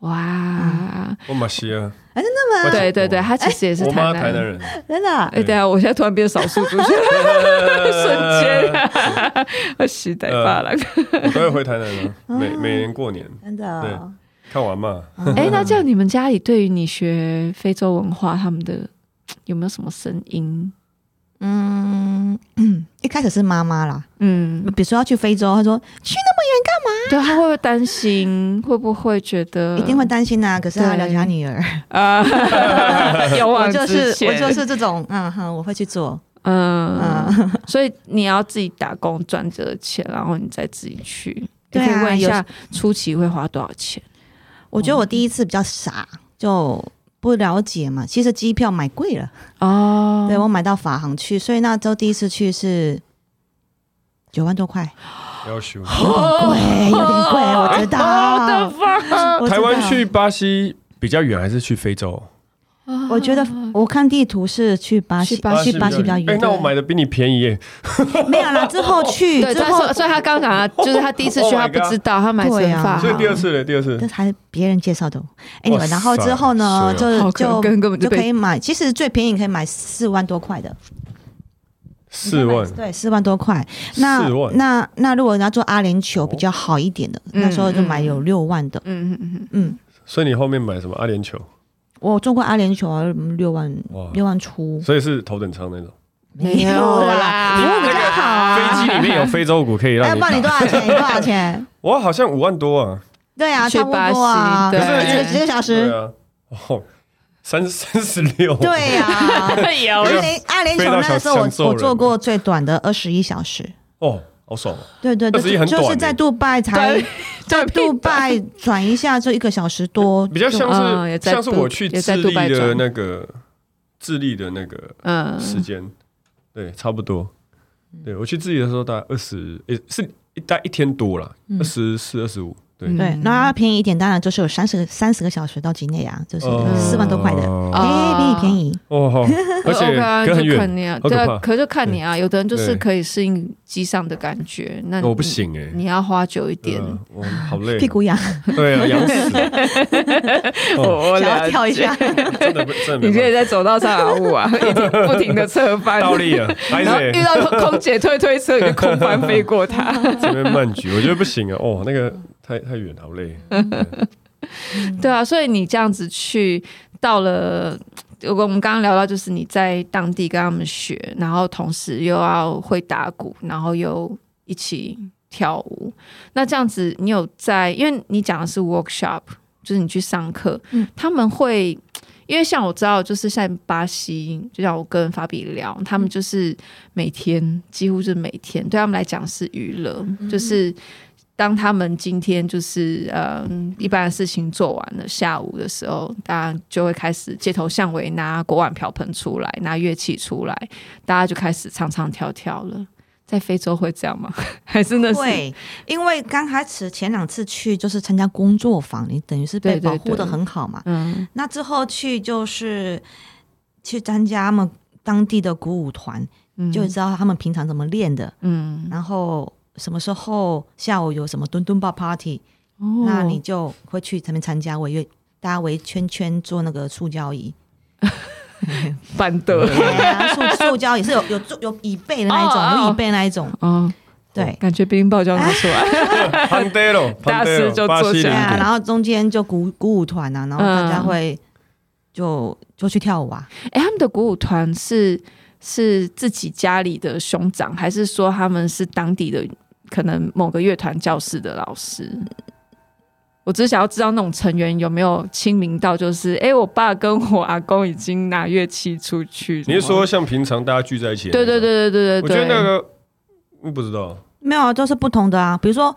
S3: 哇，
S2: 我马西啊，
S1: 啊真
S2: 的
S3: 对对对，，他其实也是
S2: 我妈台
S3: 南
S2: 南
S3: 人。
S2: 人，
S1: 真的
S3: 哎，等一下，我现在突然变少数 族群，
S2: 呃
S3: 瞬间、啊，我时代发了。
S2: 我都会回台南啊，每每年过年
S1: 真的哦，
S2: 看完嘛。呃
S3: 哎、那这样你们家里对于你学非洲文化，他们的有没有什么声音？
S1: 嗯，一开始是妈妈啦，
S3: 嗯，
S1: 比如说要去非洲，她说去那
S3: 对，他会不会担心？会不会觉得
S1: 么一定会担心啊，可是她
S3: 嗯对
S1: 了解她女儿，
S3: 啊？ 有
S1: 我
S3: 往
S1: 就是
S3: 直前
S1: 我就是这种，嗯哼，我会去做，
S3: 嗯，
S1: 嗯，
S3: 所以你要自己打工赚这个钱，然后你再自己去。
S1: 对啊
S3: 你可以问一下初期会花多少钱？
S1: 我
S3: 嗯
S1: 觉得我第一次比较傻，就不了解嘛，其实机票买贵了，
S3: 哦，
S1: 对我买到法航去，所以那周第一次去是九万多块，
S2: 要修。
S1: 有点贵，有点贵，我知
S3: 哦
S1: 道。我知道
S2: 台湾去，巴西比较远，还是去非洲？
S1: 我觉得我看地图是去巴西，
S3: 去巴西
S1: 去巴西比较
S2: 哎
S1: 远，，
S2: 那我买的比你便宜耶。
S1: 没有啦，之后去
S3: 对，
S1: 之
S3: 他
S1: 后
S3: 说，，所以他刚讲他就是他第一次
S2: Oh
S3: 去，
S2: my
S3: 他不知道他 买
S1: 对啊
S3: 成法，
S2: 所以第二次嘞，第二次
S1: 这还是别人介绍的哦。anyway，
S2: 哇
S1: 然后之后呢，
S2: 塞
S1: 就就
S3: 根根本
S1: 就可
S3: 被
S1: 以买，其实最便宜可以买四万多块的，
S2: 四万，
S1: 对，四万多块。那
S2: 四万，
S1: 那那如果你要做阿联酋比较好一点的，
S3: 嗯
S1: 那时候就买有六万的，
S3: 嗯嗯嗯
S1: 嗯，
S2: 所以你后面买什么阿联酋？
S1: 我做过阿联酋啊，六万
S2: 哇，
S1: 六万出，
S2: 所以是头等舱那种。
S3: 没有啦
S1: 服务比较好啊。
S2: 飞机里面有非洲鼓可以让
S1: 哎，
S2: 你
S1: 不然你多
S2: 打。
S1: 少钱？你多少 钱？
S2: 我好像五万多啊。
S1: 对啊，
S3: 去
S1: 差不多啊，
S3: 巴西
S2: 对
S1: 几个几个小
S2: 对
S1: 时，
S2: 啊，哦，三 三十六。
S1: 对
S3: 嗯，
S2: 哎
S1: 呀。
S3: 会有
S1: 阿联阿联酋那个时候，
S2: 飞到想
S1: 我
S2: 想揍
S1: 我
S2: 人
S1: 做过最短的二十一小时。
S2: 哦，好爽哦。
S1: 对对
S2: 21
S1: 对，
S2: 很短
S1: 就是
S2: 欸
S1: 在杜拜才
S3: 对
S1: 在杜拜转一下就一个小时多，
S2: 比较像是、
S3: 嗯也在
S2: 像是我去
S3: 也在
S2: 智
S3: 杜
S2: 利
S3: 拜
S2: 的
S3: 转
S2: 那个智利的那个
S3: 嗯
S2: 时间，对，差不多。对我去智利的时候大概二十，也是一大概一天多啦，
S1: 嗯
S2: 二十四、二十五，对，
S3: 嗯
S1: 对，那便宜一点，当然就是有三十个三十个小时到几内亚，就是四万多块的，
S2: 呃哦，
S1: 哎，比你便宜。
S2: 哦 好而且
S3: OK 啊
S2: 隔很
S3: 就
S2: 远，
S3: 看你啊，
S2: 好可
S3: 对啊
S2: 怕，
S3: 可就看你啊。有的人就是
S2: 对
S3: 可以适应机上的感觉，那
S2: 那我不
S3: 你，
S2: 行哎、
S3: 你要花久一
S2: 对
S3: 点。
S2: 啊我好累，
S1: 屁股痒，
S2: 对啊，痒 死了，哦
S3: 我
S1: 想要跳一下。
S2: 真的不真的
S3: 你
S2: 没
S3: 可
S2: 办法。
S3: 以在走道上啊舞 啊，一直不停的侧翻，
S2: 倒立了，拍
S3: 然后遇
S2: 谁？
S3: 到空姐推推车，你就空翻飞过她。
S2: 这边慢举，我觉得不行啊！哦，那个太太远，好累。
S3: 对啊，所以你这样子去到了，我我们刚刚聊到，就是你在当地跟他们学，然后同时又要会打鼓，然后又一起跳舞。那这样子，你有在，因为你讲的是 workshop，就是你去上课，
S1: 嗯
S3: 他们会。因为像我知道，就是像巴西，就像我跟法比聊，他们就是每天几乎是每天，对他们来讲是娱乐，就是当他们今天就是嗯一般的事情做完了，下午的时候，大家就会开始街头巷尾拿锅碗瓢盆出来，拿乐器出来，大家就开始唱唱跳跳了。在非洲会这样吗？ 还是那是
S1: 对，因为刚开始前两次去就是参加工作坊，你等于是被
S3: 对对
S1: 保护的
S3: 对
S1: 很好嘛。
S3: 嗯
S1: 那之后去就是去参加他们当地的鼓舞团，
S3: 嗯
S1: 就知道他们平常怎么练的，
S3: 嗯，
S1: 然后什么时候下午有什么墩墩爸 party，
S3: 哦
S1: 那你就会去他们参加围乐，大家围圈圈做那个塑胶 椅，
S3: 板凳
S1: 对啊塑塑胶椅是有有做有椅背的那一
S3: 哦
S1: 种，
S3: 哦
S1: 有椅背那一 种，
S3: 哦，
S1: 对。
S3: 感觉冰雹就要拿出来，
S2: 潘德罗，
S3: 大师就
S2: 巴
S3: 坐
S2: 西
S3: 下
S1: 对
S2: 领
S1: 啊，
S2: 鼓
S1: 然后中间就鼓鼓舞团啊，然后大家会就就去跳舞啊，
S3: 哎、他们的鼓舞团是是自己家里的兄长，还是说他们是当地的可能某个乐团教室的老师？我只是想要知道那种成员有没有亲民到，就是哎、诶我爸跟我阿公已经拿乐器出去了。
S2: 你是说像平常大家聚在一起？
S3: 对？对，对对对对对，
S2: 我觉得那个嗯不知道，
S1: 没有啊，都是不同的啊。比如说，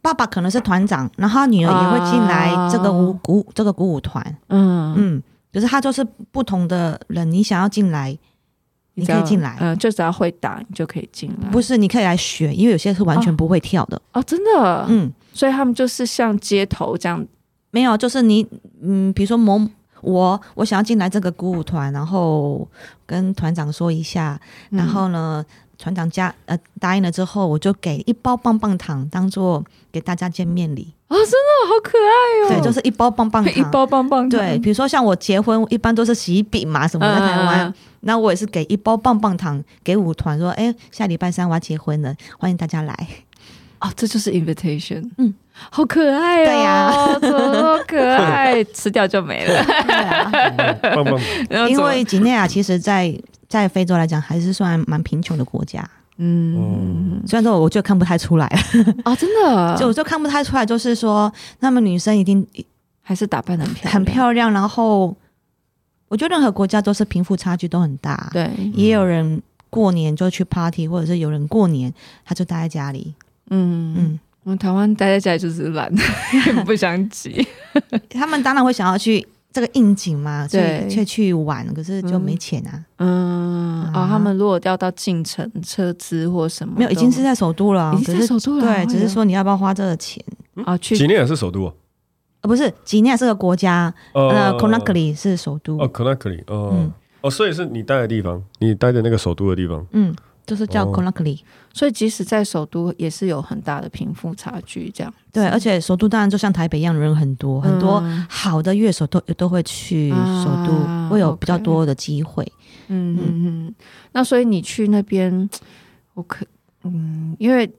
S1: 爸爸可能是团长，然后他女儿也会进来这个舞
S3: 啊
S1: 鼓这个鼓舞团，
S3: 嗯，
S1: 嗯，可是他就是不同的人，你想要进来，你
S3: 只
S1: 可以
S3: 要
S1: 进来，
S3: 嗯，就只要会打你就可以进来。
S1: 不是你可以来学，因为有些是完全不会跳的，
S3: 哦，真的，
S1: 嗯，
S3: 所以他们就是像街头这样，
S1: 没有，就是你，嗯，比如说某我我想要进来这个鼓舞团，然后跟团长说一下，
S3: 嗯
S1: 然后呢，团长加呃答应了之后，我就给一包棒棒糖当做给大家见面礼，
S3: 哦，真的好可爱
S1: 对，就是一包棒棒
S3: 哎 哦，一
S1: 糖。
S3: 包棒棒
S1: 嗯
S3: 糖，
S1: 对，比如说像我结婚，一般都是喜饼嘛什么的，台
S3: 啊
S1: 湾，那我也是给 一包棒棒糖给舞团说，哎、下礼拜三我要结婚了，欢迎大家来。
S3: 哦，这就是 invitation，
S1: 嗯，
S3: 好可爱哦，
S1: 对呀
S3: 怎么那么可 爱，吃掉就没了。
S1: 对啊，
S2: 棒棒，
S3: 然后怎
S1: 因
S3: 么
S1: 为几内亚其实在，在非洲来讲还是算蛮贫穷的国家，
S3: 嗯，
S1: 虽然说我就看不太出来，
S3: 啊，
S1: 哦
S3: 真的，
S1: 就我就看不太出来，就是说他们女生一定
S3: 还是打扮得很漂亮，
S1: 很漂亮，然后我觉得任何国家都是贫富差距都很大，，
S3: 对，
S1: 也有人过年就去 party，或者是有人过年他就待在家里，
S3: 嗯嗯，
S1: 嗯，
S3: 我们台湾待在家里就是 懒，不想挤，
S1: 他们当然会想要去这个应景嘛，
S3: 对
S1: 去去去玩，可是就没钱啊，
S3: 嗯，哦，他们如果要到进城车资或什么都，
S1: 没有，已经是在首都了，
S3: 已
S1: 可
S3: 经在
S1: 是
S3: 首都了，哎
S1: 对，
S3: 呦
S1: 只是说你要不要花这个钱。
S3: 啊，去
S2: 几内亚是首都啊，
S1: 呃，不是，几内亚是个国家，
S3: 哦
S1: 呃 c o n a c r i 是首都，
S2: 哦 c o n a c r i 哦
S1: 嗯
S2: 哦，所以是你待的地方，你待的那个首都的地方，
S1: 嗯，就是叫
S2: 哦
S1: c o n a c r i
S3: 所以即使在首都也是有很大的贫富差距，这样
S1: 对，而且首都当然就像台北一样，人很多，很多
S3: 嗯
S1: 好的乐手都都会去首都，
S3: 啊
S1: 会有比较
S3: OK
S1: 多的机会。
S3: 嗯嗯嗯。那所以你去那边，我可嗯，因为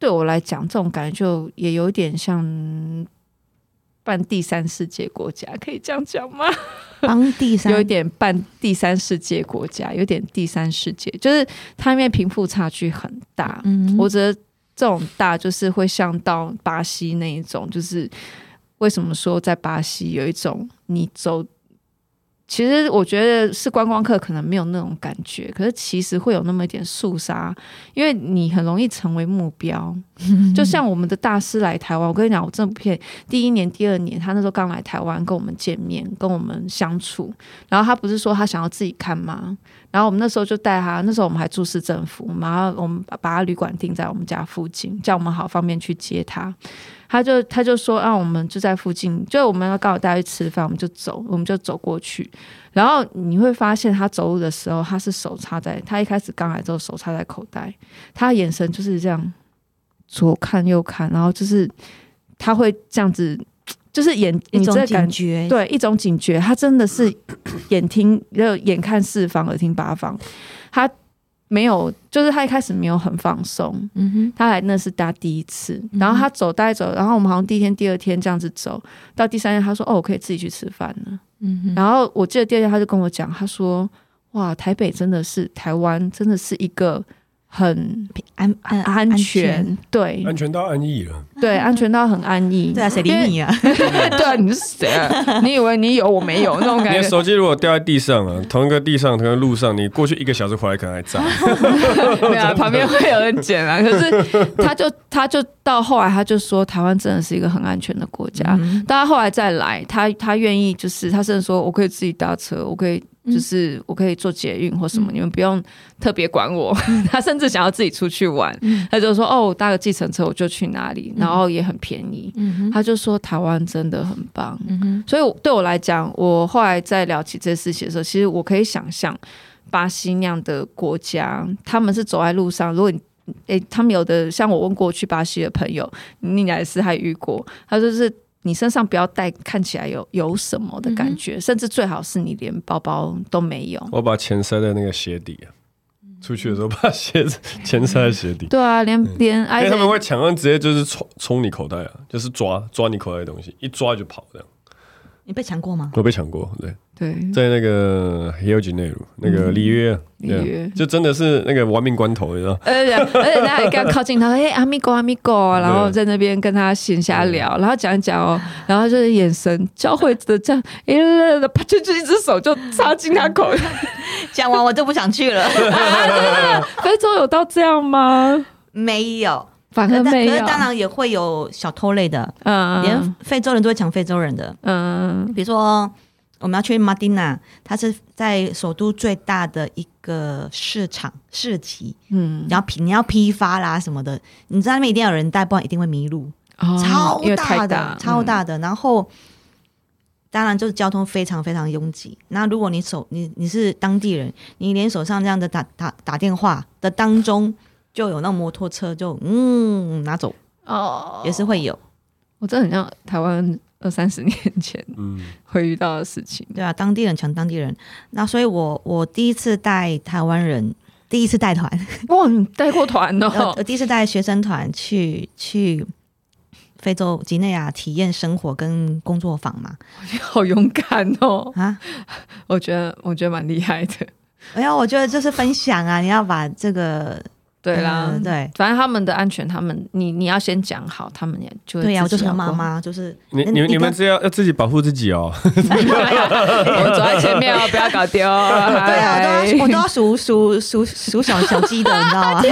S3: 对我来讲，这种感觉就也有点像半第三世界国家，可以这样讲吗？
S1: 当地三
S3: 有一点半第三世界国家，有点第三世界，就是它因为贫富差距很大，
S1: 嗯
S3: 我觉得这种大就是会像到巴西那一种，就是为什么说在巴西有一种你走，其实我觉得是观光客可能没有那种感觉，可是其实会有那么一点肃杀，因为你很容易成为目标。就像我们的大师来台湾，我跟你讲，我真的不骗你，第一年、第二年，他那时候刚来台湾跟我们见面，跟我们相处，然后他不是说他想要自己看吗？然后我们那时候就带他，那时候我们还住市政府，我们要我们把把他旅馆定在我们家附近，这样我们好方便去接他。他就他就说啊，我们就在附近，就我们要刚好带他去吃饭，我们就走，我们就走过去。然后你会发现，他走路的时候，他是手插在，他一开始刚来之后手插在口袋，他的眼神就是这样左看右看，然后就是他会这样子，就是眼
S1: 一
S3: 你这
S1: 种
S3: 个感
S1: 警觉，
S3: 对，一种警觉，他真的是眼听，就眼看四方，耳听八方，他没有，就是他一开始没有很放松，
S1: 嗯哼，
S3: 他来那是他第一次，
S1: 嗯
S3: 然后他走带走，然后我们好像第一天、第二天这样子走，到第三天他说：“哦，我可以自己去吃饭了。”
S1: 嗯哼，
S3: 然后我记得第二天他就跟我讲，他说：“哇，台北真的是台湾，真的是一个很
S1: 安
S3: 安
S1: 呃安
S3: 全，
S1: 嗯
S3: 对
S2: 安全到安逸了，
S3: 对，安全到很安逸。”
S1: 对啊，谁理
S3: 因为？
S1: 你啊？
S3: 对啊，你是谁啊？ 你以为你有我没有那种
S2: 你
S3: 感
S2: 的
S3: 觉？
S2: 手机如果掉在地上啊，同一个地上，同一个路上，你过去一个小时回来可能还在，
S3: 没有、啊，旁边会有人捡啊。可是他就他就到后来，他就说台湾真的是一个很安全的国家。
S1: 嗯
S3: 但他后来再来，他他愿意就是他甚至说我可以自己搭车，我可以
S1: 嗯
S3: 就是、我可以坐捷运或什么，你们不用特别管我。
S1: 嗯
S3: 他甚至想要自己出去玩，他就说哦，我搭个计程车我就去哪里，然后也很便宜。
S1: 嗯哼，
S3: 他就说台湾真的很棒。
S1: 嗯哼，
S3: 所以我对我来讲，我后来在聊起这事情的时候，其实我可以想象巴西那样的国家，他们是走在路上，如果你。诶，他们有的像我问过去巴西的朋友，你也是还遇过，他就是你身上不要带看起来有有什么的感觉，甚至最好是你连包包都没有。
S2: 我把钱塞在那个鞋底啊，出去的时候把鞋子钱塞在鞋底。
S3: 对啊，连连
S2: 因为
S3: i
S2: 哎他们会抢案，直接就是冲冲你口袋啊，就是抓抓你口袋的东西，一抓就跑这样。
S1: 你被抢过吗？
S2: 我被抢过，对，
S3: 对
S2: 在那个 h i l 内陆那个里约啊，
S3: 里
S2: 对啊
S3: 约
S2: 就真的是那个亡命关头，你知道？
S3: 而且而且他还刚靠近他，哎、阿米狗阿米狗，然后在那边跟他闲暇聊，然后讲一讲哦，然后就是眼神交汇的这样，哎、啪，就就一只手就插进他口袋。
S1: 讲完我就不想去了，
S3: 非洲有到这样吗？
S1: 没有，
S3: 反而
S1: 可
S3: 没
S1: 可是，
S3: 有
S1: 当然也会有小偷类的，连
S3: 嗯
S1: 非洲人都会抢非洲人的，
S3: 嗯
S1: 比如说我们要去马丁娜，它是在首都最大的一个市场市集，
S3: 嗯
S1: 你，要批你要批发啦什么的，你在那边一定要有人带，不然一定会迷路，
S3: 哦
S1: 超
S3: 因为
S1: 大
S3: 太
S1: 的，
S3: 大嗯
S1: 超，大的，然后。当然，就是交通非常非常拥挤。那如果你手你你是当地人，你连手上这样的打打打电话的当中，就有那摩托车就嗯拿走，
S3: 嗯哦，
S1: 也是会有。
S3: 我真的很像台湾二三十年前
S2: 嗯，
S3: 会 遇到的事情。
S1: 对啊，当地人抢当地人。那所以我我第一次带台湾人第一次带 团，
S3: 哇，你带过团
S1: 我
S3: 哦
S1: 我，第一次带学生团去去非洲几内亚体验生活跟工作坊嘛
S3: 好勇敢哦！
S1: 啊！
S3: 我觉得，我觉得蛮厉害的。
S1: 哎呀，我觉得就是分享 啊，你要把这个
S3: 对啦，
S1: 嗯对
S3: 反正他们的安全，他们你你要先讲好，他们也就会
S1: 对呀、啊
S3: 自己
S1: 我就是个
S3: 要
S1: 妈
S3: 过。
S1: 妈，就是
S2: 你
S1: 那
S2: 你
S1: 你
S2: 你们
S1: 刚
S2: 这要要自己保护自己哦。
S3: 我走在前面哦，不要搞丢 哦。
S1: 对啊，我都要我都
S3: 嗨
S1: 要数数数数小小鸡的，你知 道吗？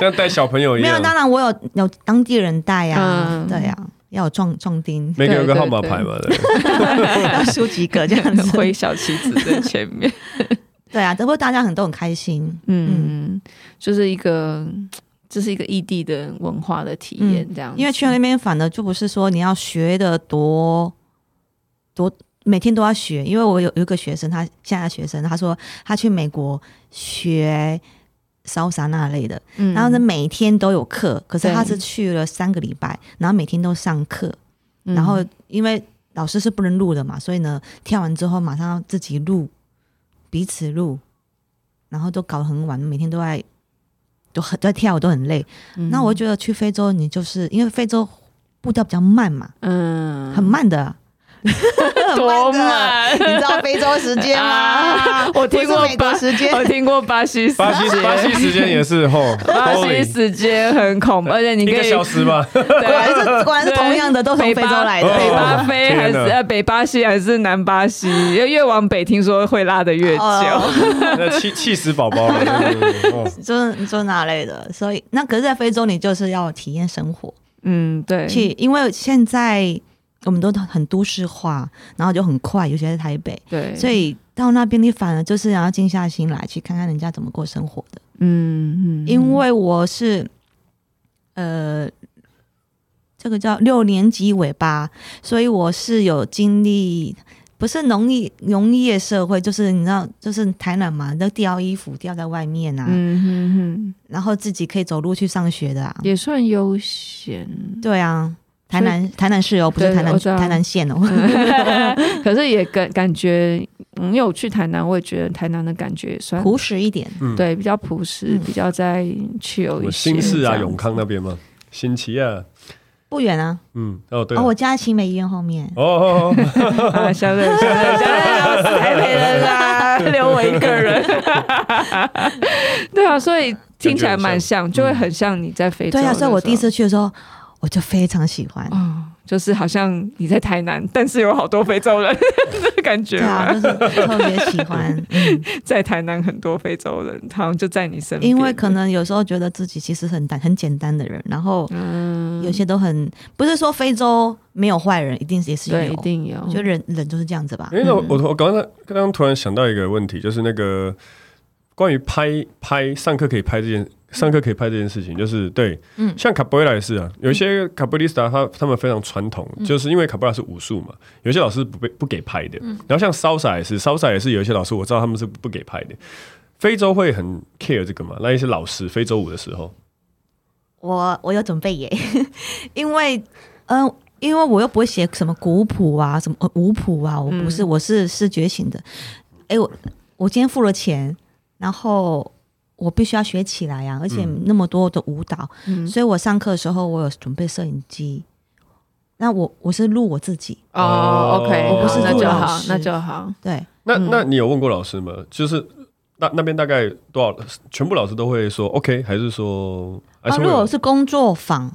S2: 像带小朋友一
S1: 没有，
S2: 样，
S1: 当然我有有当地人带呀、啊，
S3: 嗯
S1: 对呀、啊，要有壮壮 丁，
S2: 每个有个
S3: 对对
S2: 号码牌嘛，对。
S1: 要输几个这样子，
S3: 挥小旗子在前 面。
S1: 对啊，不过大家很都很开心，
S3: 嗯，就是一个，这是一个异地的文化的体验，这样子、
S1: 嗯因为去了那边反而就不是说你要学的多多，每天都要学。因为我有有一个学生，他现在的学生，他说他去美国学烧杀那类的，
S3: 嗯，
S1: 然后呢每天都有课，可是
S3: 对
S1: 他是去了三个礼拜，然后每天都上课，
S3: 嗯，
S1: 然后因为老师是不能录的嘛，所以呢跳完之后马上要自己录，彼此录，然后都搞得很晚，每天都在。都很都在跳，都很累。
S3: 嗯
S1: 那我觉得去非洲，你就是因为非洲步调比较慢嘛，
S3: 嗯
S1: 很慢 的，
S3: 多
S1: 很慢
S3: 慢
S1: 的，你知道非洲时间吗
S3: 啊？我听过
S1: 不是美国
S3: 吧
S1: 时间，
S3: 我听过巴西时
S2: 巴西巴西时间也是吼，
S3: 巴西
S2: Holy，
S3: 时间很恐怖，而且你
S2: 一
S3: 可
S2: 个
S3: 以
S2: 小时吧，
S1: 果然是果然是同样的，都从
S3: 北
S1: 非洲
S3: 巴
S1: 来的。
S3: 北
S2: 哦
S3: 巴非还是
S2: 天哪
S3: 呃北巴西还是南巴西？越越往北，听说会拉的越久。
S1: 哦
S2: 那气气死宝宝了。真的是哦
S1: 就是就是哪类的，所以那可是，在非洲你就是要体验生活，
S3: 嗯，对，
S1: 去，因为现在我们都很都市化，然后就很快，尤其在台北，
S3: 对，
S1: 所以到那边你反而就是想要静下心来，去看看人家怎么过生活的。
S3: 嗯嗯，
S1: 因为我是呃，这个叫六年级尾巴，所以我是有经历。不是农业农业社会，就是你知道，就是台南嘛，都掉衣服掉在外面啊，
S3: 嗯哼哼，
S1: 然后自己可以走路去上学的啊。
S3: 也算悠闲，
S1: 对啊，台
S3: 所以
S1: 南台南市哦，不是
S3: 对
S1: 台
S3: 我
S1: 南
S3: 知道嗯
S1: 台南县哦。
S3: 可是也感感觉，嗯，因为我去台南，我也觉得台南的感觉也 算
S1: 朴实一点，
S2: 嗯，
S3: 对，比较朴实
S1: 嗯，
S3: 比较在去有一
S2: 我
S3: 些
S2: 新市
S3: 这
S2: 啊，
S3: 样
S2: 永康那边吗？新奇啊，
S1: 不远啊。
S2: 嗯，哦对
S1: 哦，
S2: 了，
S1: 我家在新美医院后面。
S2: 哦哦哦，
S3: 啊，相对相对相对，我是台北人啊啦，留我一个人。 对啊，所以听起来蛮像，就会很像你在非洲。
S1: 对啊，所以我第一，次去的时候，我就非常喜欢。
S3: 哦，就是好像你在台南，但是有好多非洲 人的感觉
S1: 对啊，
S3: 嘛，
S1: 就是特别喜 欢，嗯，
S3: 在台南很多非洲人，好像就在你身边。
S1: 因为可能有时候觉得自己其实很单很简单的人，然后
S3: 嗯
S1: 有些都很不是说非洲没有坏人，一定也是
S3: 对，一
S1: 有，
S3: 定有
S1: 我，觉得人人就是这样子吧。
S2: 哎，那我
S1: 嗯
S2: 我我刚刚刚刚突然想到一个问题，就是那个关于拍拍上课可以拍这件。上课可以拍这件事情，就是对，
S1: 嗯
S2: 像卡布瑞拉也是啊，有一些卡布里斯塔他他们非常传统，
S1: 嗯
S2: 就是因为卡布拉是武术嘛，有些老师不被不给拍的，
S1: 嗯
S2: 然后像 salsa 也是，salsa 也是有一些老师我知道他们是不给拍的，非洲会很 care 这个嘛，那一些老师非洲舞的时候，
S1: 我我有准备耶， 因为嗯、呃因为我又不会写什么古谱啊，什么呃舞谱啊，我不是，
S2: 嗯
S1: 我是视觉型的。哎、我我今天付了钱，然后我必须要学起来呀、啊，而且
S2: 嗯
S1: 那么多的舞蹈，
S3: 嗯
S1: 所以我上课的时候我有准备摄影机。那我我是录我自己，
S3: 哦，OK，
S2: 我不
S1: 是
S3: 那
S1: 做
S3: 就
S1: 老
S3: 好
S1: 师，
S3: 那就好。
S1: 对，
S2: 那
S3: 嗯
S2: 那你有问过老师吗？就是那那边大概多少？全部老师都会说 OK，还是说还
S1: 啊，
S2: 是
S1: 如
S2: 会有
S1: 果是工作坊，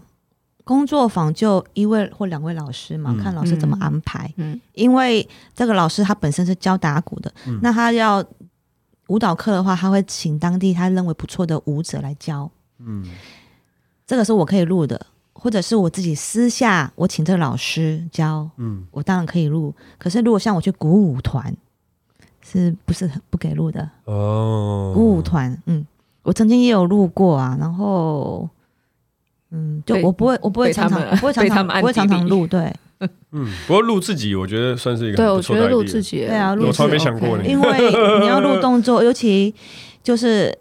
S1: 工作坊就一位或两位老师嘛，
S2: 嗯
S1: 看老师怎么安排。
S3: 嗯
S1: 因为这个老师他本身是教打鼓的，那他要舞蹈课的话，他会请当地他认为不错的舞者来教。
S2: 嗯
S1: 这个是我可以录的，或者是我自己私下我请这个老师教，
S2: 嗯
S1: 我当然可以录。可是如果像我去鼓舞团，是不是很不给录的？
S2: 哦
S1: 鼓舞团，嗯，我曾经也有录过啊，然后，嗯，就
S3: 被
S1: 我不会，我不会
S3: 被
S1: 常
S3: 他
S1: 常
S3: 们，
S1: 我不会常
S3: 被他
S1: 常，
S3: 们
S1: 我不会常
S3: 暗
S1: 常
S3: 地里
S1: 录，对，
S2: 嗯，不过录自己我觉得算是一个
S3: 对，
S2: 很
S3: 我
S2: 不
S3: 觉
S2: 错的
S3: 得录
S2: idea
S3: 自己，
S1: 对啊录
S2: 我从来没想过呢
S3: OK
S1: 因为你要录动作，尤其就是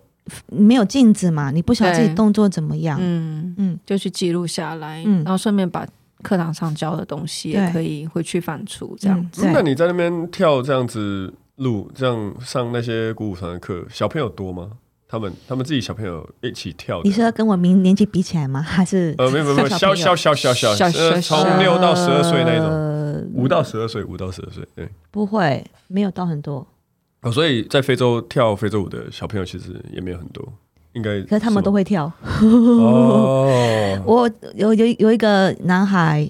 S1: 没有镜子嘛，你不晓得自己
S3: 对
S1: 动作怎么样，
S3: 嗯，
S1: 嗯，
S3: 就去记录下来，
S1: 嗯
S3: 然后顺便把课堂上教的东西也
S1: 对
S3: 可以回去反刍，这样
S1: 嗯
S3: 子。
S2: 嗯那
S1: 对，
S2: 你在那边跳这样子录，这样上那些鼓舞团的课，小朋友多吗？他们他们自己小朋友一起跳的。
S1: 你是要跟我明年纪比起来吗？还是
S2: 呃，嗯没有没有没有，
S1: 小
S2: 小
S1: 朋友
S2: 小小小小，
S3: 小
S2: 呃
S3: 小
S2: 从六到十二岁那一种，
S1: 呃，
S2: 五到十二岁，五到十二岁，对。
S1: 不会，没有到很多，
S2: 哦，所以在非洲跳非洲舞的小朋友其实也没有很多，应该。
S1: 可是他们都
S2: 会
S1: 会跳。
S2: 哦，
S1: 我有有有一个男孩，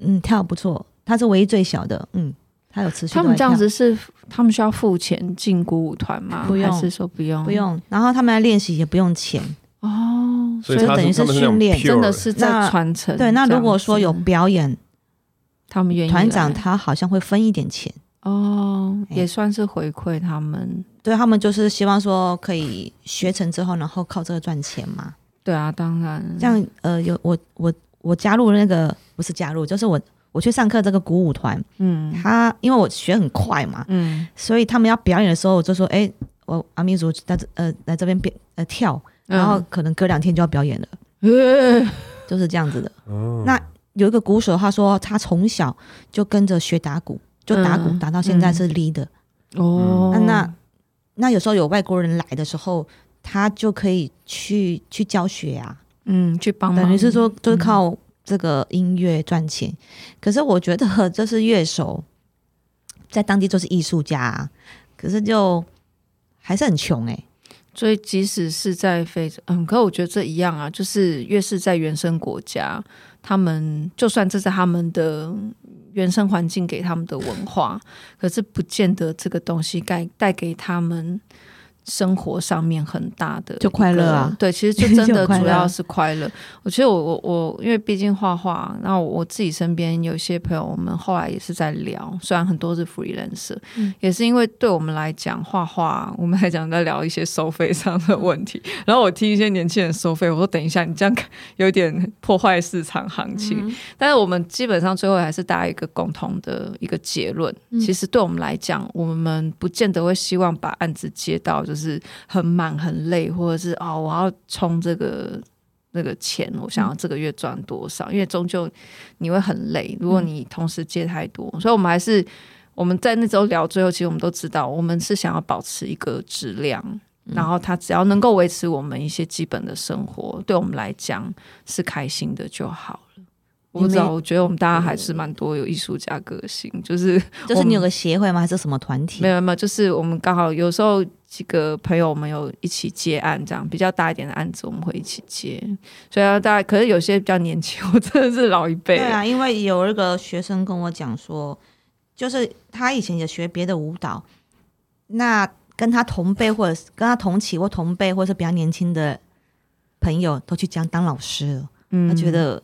S1: 嗯，跳不错，他是唯一最小的，嗯，他有持续
S3: 他
S1: 都
S3: 们
S1: 在
S3: 这样
S1: 跳
S3: 子是他们需要付钱进鼓舞团吗？
S1: 不用
S3: 还是说不用？
S1: 不用，然后他们来练习也不用钱。
S3: 哦，
S2: 所以
S1: 所以
S2: 他
S1: 等于是
S2: 是他们是那种
S1: 训练
S2: pure
S3: 真的是在传承这
S1: 对，
S3: 样子。
S1: 那如果说有表演，
S3: 他们愿意来
S1: 团长他好像会分一点钱，
S3: 哦，
S1: 哎
S3: 也算是回馈他们。
S1: 对他们就是希望说可以学成之后，然后靠这个赚钱嘛。
S3: 对啊，当然
S1: 这样呃，有我我我加入那个不是加入，就是我我去上课这个鼓舞团，
S3: 嗯
S1: 他因为我学很快嘛，
S3: 嗯，
S1: 所以他们要表演的时候，我就说，哎、我阿米族在这呃来这边表呃跳，然后可能隔两天就要表演了，
S3: 嗯
S1: 就是这样子的。那有一个鼓手，他说他从小就跟着学打鼓，就打鼓
S3: 嗯
S1: 打到现在是 leader、
S3: 哦
S1: 那，啊那那有时候有外国人来的时候，他就可以去去教学啊，
S3: 嗯去帮忙，
S1: 等于是说就是靠这个音乐赚钱。可是我觉得这是乐手，在当地就是艺术家、啊，可是就还是很穷哎、
S3: 所以即使是在非洲，嗯，可我觉得这一样啊，就是越是在原生国家，他们就算这是他们的原生环境给他们的文化，可是不见得这个东西带带给他们。生活上面很大的
S1: 就快乐啊
S3: 一个对，其实就真
S1: 就
S3: 的
S1: 很快乐
S3: 主要是快乐。我觉得我我我，因为毕竟画画，然后我自己身边有些朋友，我们后来也是在聊，虽然很多是 freelancer，也
S1: 嗯
S3: 是因为对我们来讲，画画我们来讲在聊一些收费上的问题。
S1: 嗯
S3: 然后我听一些年轻人收费，我说等一下，你这样有点破坏市场行情。
S1: 嗯
S3: 但是我们基本上最后还是大家一个共同的一个结论，
S1: 嗯
S3: 其实对我们来讲，我们不见得会希望把案子接到就是很满很累，或者是哦我要冲这个。那个钱，我想要这个月赚多少？因为终究你会很累，如果你同时接太多，所以我们还是我们在那周聊，最后其实我们都知道，我们是想要保持一个质量，然后它只要能够维持我们一些基本的生活，对我们来讲是开心的就好了。我不知道，我觉得我们大家还是蛮多有艺术家个性，就是
S1: 就是
S3: 我
S1: 你
S3: 们
S1: 有个协会吗？还是什么团体？
S3: 没有没有，就是我们刚好有时候几个朋友我们有一起接案，这样比较大一点的案子我们会一起接，所以啊大家可是有些比较年轻，我真的是老一辈
S1: 对
S3: 了，
S1: 啊，因为有一个学生跟我讲说，就是他以前也学别的舞蹈，那跟他同辈或者是跟他同期或同辈或者是比较年轻的朋友都去讲当老师了，
S3: 嗯
S1: 他觉得。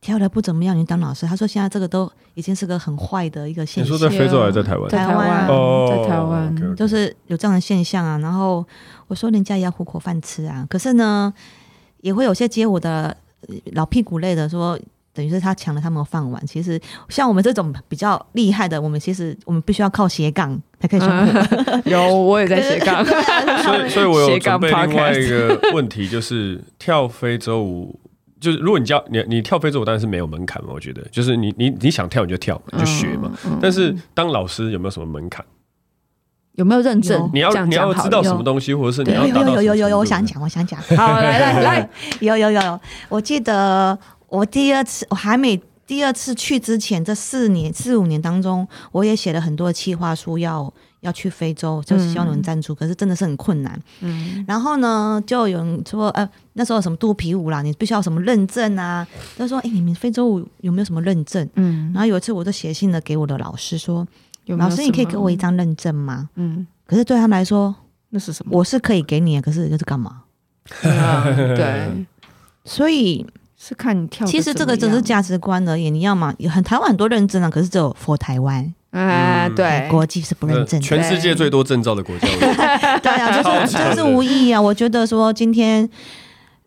S1: 跳的不怎么样，你当老师？他说现在这个都已经是个很坏的一个现
S2: 你
S1: 象
S2: 说。在非洲还是在台湾？
S3: 在台
S1: 台
S3: 湾，
S1: 湾
S2: 哦，
S3: 在台湾。
S2: OK，OK
S1: 就是有这样的现象啊。然后我说人家也要糊口饭吃啊，可是呢，也会有些接我的呃老屁股类的说。等于是他抢了他们的饭碗。其实像我们这种比较厉害的，我们其实我们必须要靠斜杠才可以生活。
S3: 有，我也在斜杠。
S2: 所以，所以我有
S3: 斜杠
S2: 准备另外
S3: podcast
S2: 一个问题，就是跳非洲舞，就是如果你教你你跳非洲舞，当然是没有门槛嘛，我觉得，就是你你你想跳你就跳嘛，你就学嘛。
S1: 嗯
S2: 但是当老师有没有什么门槛？
S3: 有没有认证
S1: 有？
S2: 你要
S3: 这样
S2: 你
S3: 讲
S2: 要
S3: 好
S2: 知道
S3: 了
S2: 什么东西，或者是你
S1: 有
S2: 要达到
S1: 有有有
S2: 什么
S1: 有有，我
S2: 程
S1: 想
S2: 度
S1: 讲，我想讲，
S3: 好，来来 来，
S1: 有有有有，我记得我第二次我还没第二次去之前，这四年四五年当中，我也写了很多企划书要要去非洲，就是希望有人赞助，可是真的是很困难。
S3: 嗯，
S1: 然后呢，就有人说，呃，那时候有什么肚皮舞啦，你必须要有什么认证啊。他说，哎，你们非洲舞有没有什么认证？
S3: 嗯，
S1: 然后有一次，我就写信了给我的老师说，
S3: 有没有
S1: 老师，你可以
S3: 什么
S1: 给我一，张认证吗？
S3: 嗯，
S1: 可是对他们来说，
S3: 那是什么？
S1: 我是可以给你的，可是这是干嘛？
S3: 对啊对，
S1: 所以，
S3: 是看你跳得怎么
S1: 其
S3: 样。
S1: 实这个只是价值观而已。你要嘛，有很台湾很多认证啊，可是只有佛台湾，
S3: 哎，
S2: 嗯
S3: 对，
S1: 国际是不认证
S2: 呃
S1: 的。
S2: 全世界最多证照的国家，我觉得
S1: 对 啊，
S2: 超
S1: 就是
S2: 强
S1: 就
S2: 的
S1: 是无意义啊。我觉得说今天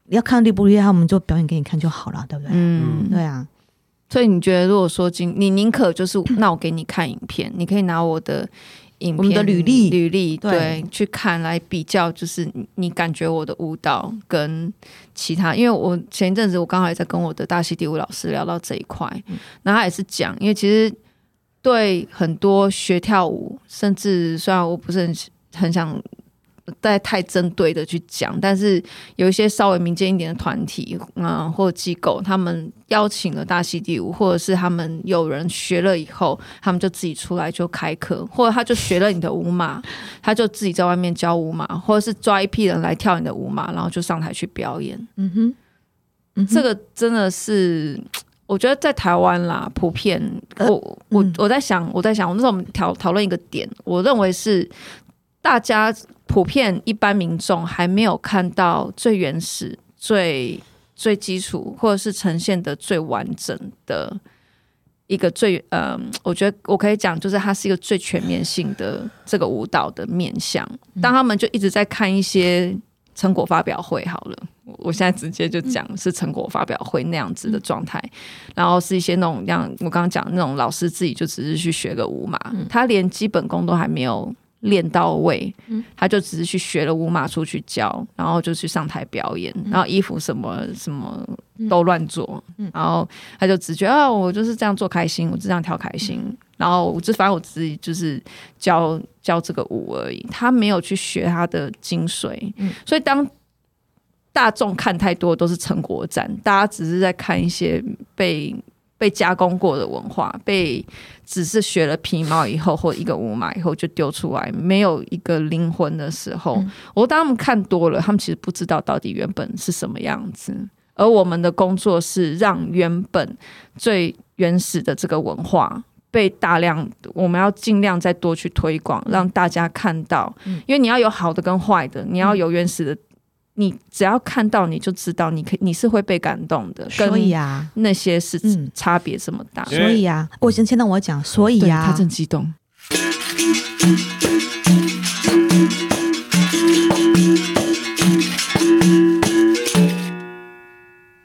S1: 要看厉不厉害，我们就表演给你看就好了，对不对？
S3: 嗯，
S1: 对啊，
S3: 所以你觉得，如果说今你宁可就是，那我给你看影片，你可以拿我的。影片
S1: 我们的履历
S3: 履历
S1: 对
S3: 对，去看来比较，就是你你感觉我的舞蹈跟其他，因为我前一阵子我刚好也在跟我的大溪地舞老师聊到这一块，然后他也是讲，因为其实对很多学跳舞，甚至虽然我不是很很想再太针对的去讲，但是有一些稍微民间一点的团体，嗯、或机构，他们邀请了大溪地舞，或者是他们有人学了以后，他们就自己出来就开课，或者他就学了你的舞码，他就自己在外面教舞码，或者是抓一批人来跳你的舞码，然后就上台去表演。
S1: 嗯哼，嗯哼
S3: 这个真的是，我觉得在台湾啦，普遍
S1: 呃
S3: 我我
S1: 嗯
S3: 我在想，我在想，我那时候我们讨讨论一个点，我认为是大家普遍一般民众还没有看到最原始、最最基础，或者是呈现的最完整的一个最嗯、我觉得我可以讲，就是它是一个最全面性的这个舞蹈的面向。
S1: 嗯
S3: 当他们就一直在看一些成果发表会，好了，我我现在直接就讲是成果发表会那样子的状态，然后是一些那种像我刚刚讲的那种老师自己就只是去学个舞码，他连基本功都还没有。练到位，他就只是去学了舞码出去教，然后就去上台表演，然后衣服什么什么都乱做，然后他就只觉得啊，我就是这样做开心，我就这样跳开心。然后我就反正我自己就是教教这个舞而已，他没有去学他的精髓。所以当大众看太多都是成果展，大家只是在看一些被被加工过的文化，被只是学了皮毛以后或一个舞码以后就丢出来，没有一个灵魂的时候，
S1: 嗯
S3: 我当他们看多了，他们其实不知道到底原本是什么样子。而我们的工作是让原本最原始的这个文化被大量，我们要尽量再多去推广，
S1: 嗯
S3: 让大家看到。因为你要有好的跟坏的，你要有原始的，你只要看到你就知道，你可以你是会被感动的。
S1: 所以
S3: 跟
S1: 啊，
S3: 那些是
S1: 嗯
S3: 差别这么大。
S2: 因
S1: 所
S2: 为
S1: 啊以啊，我先先让我讲，所以
S3: 对
S1: 啊，
S3: 他真激动。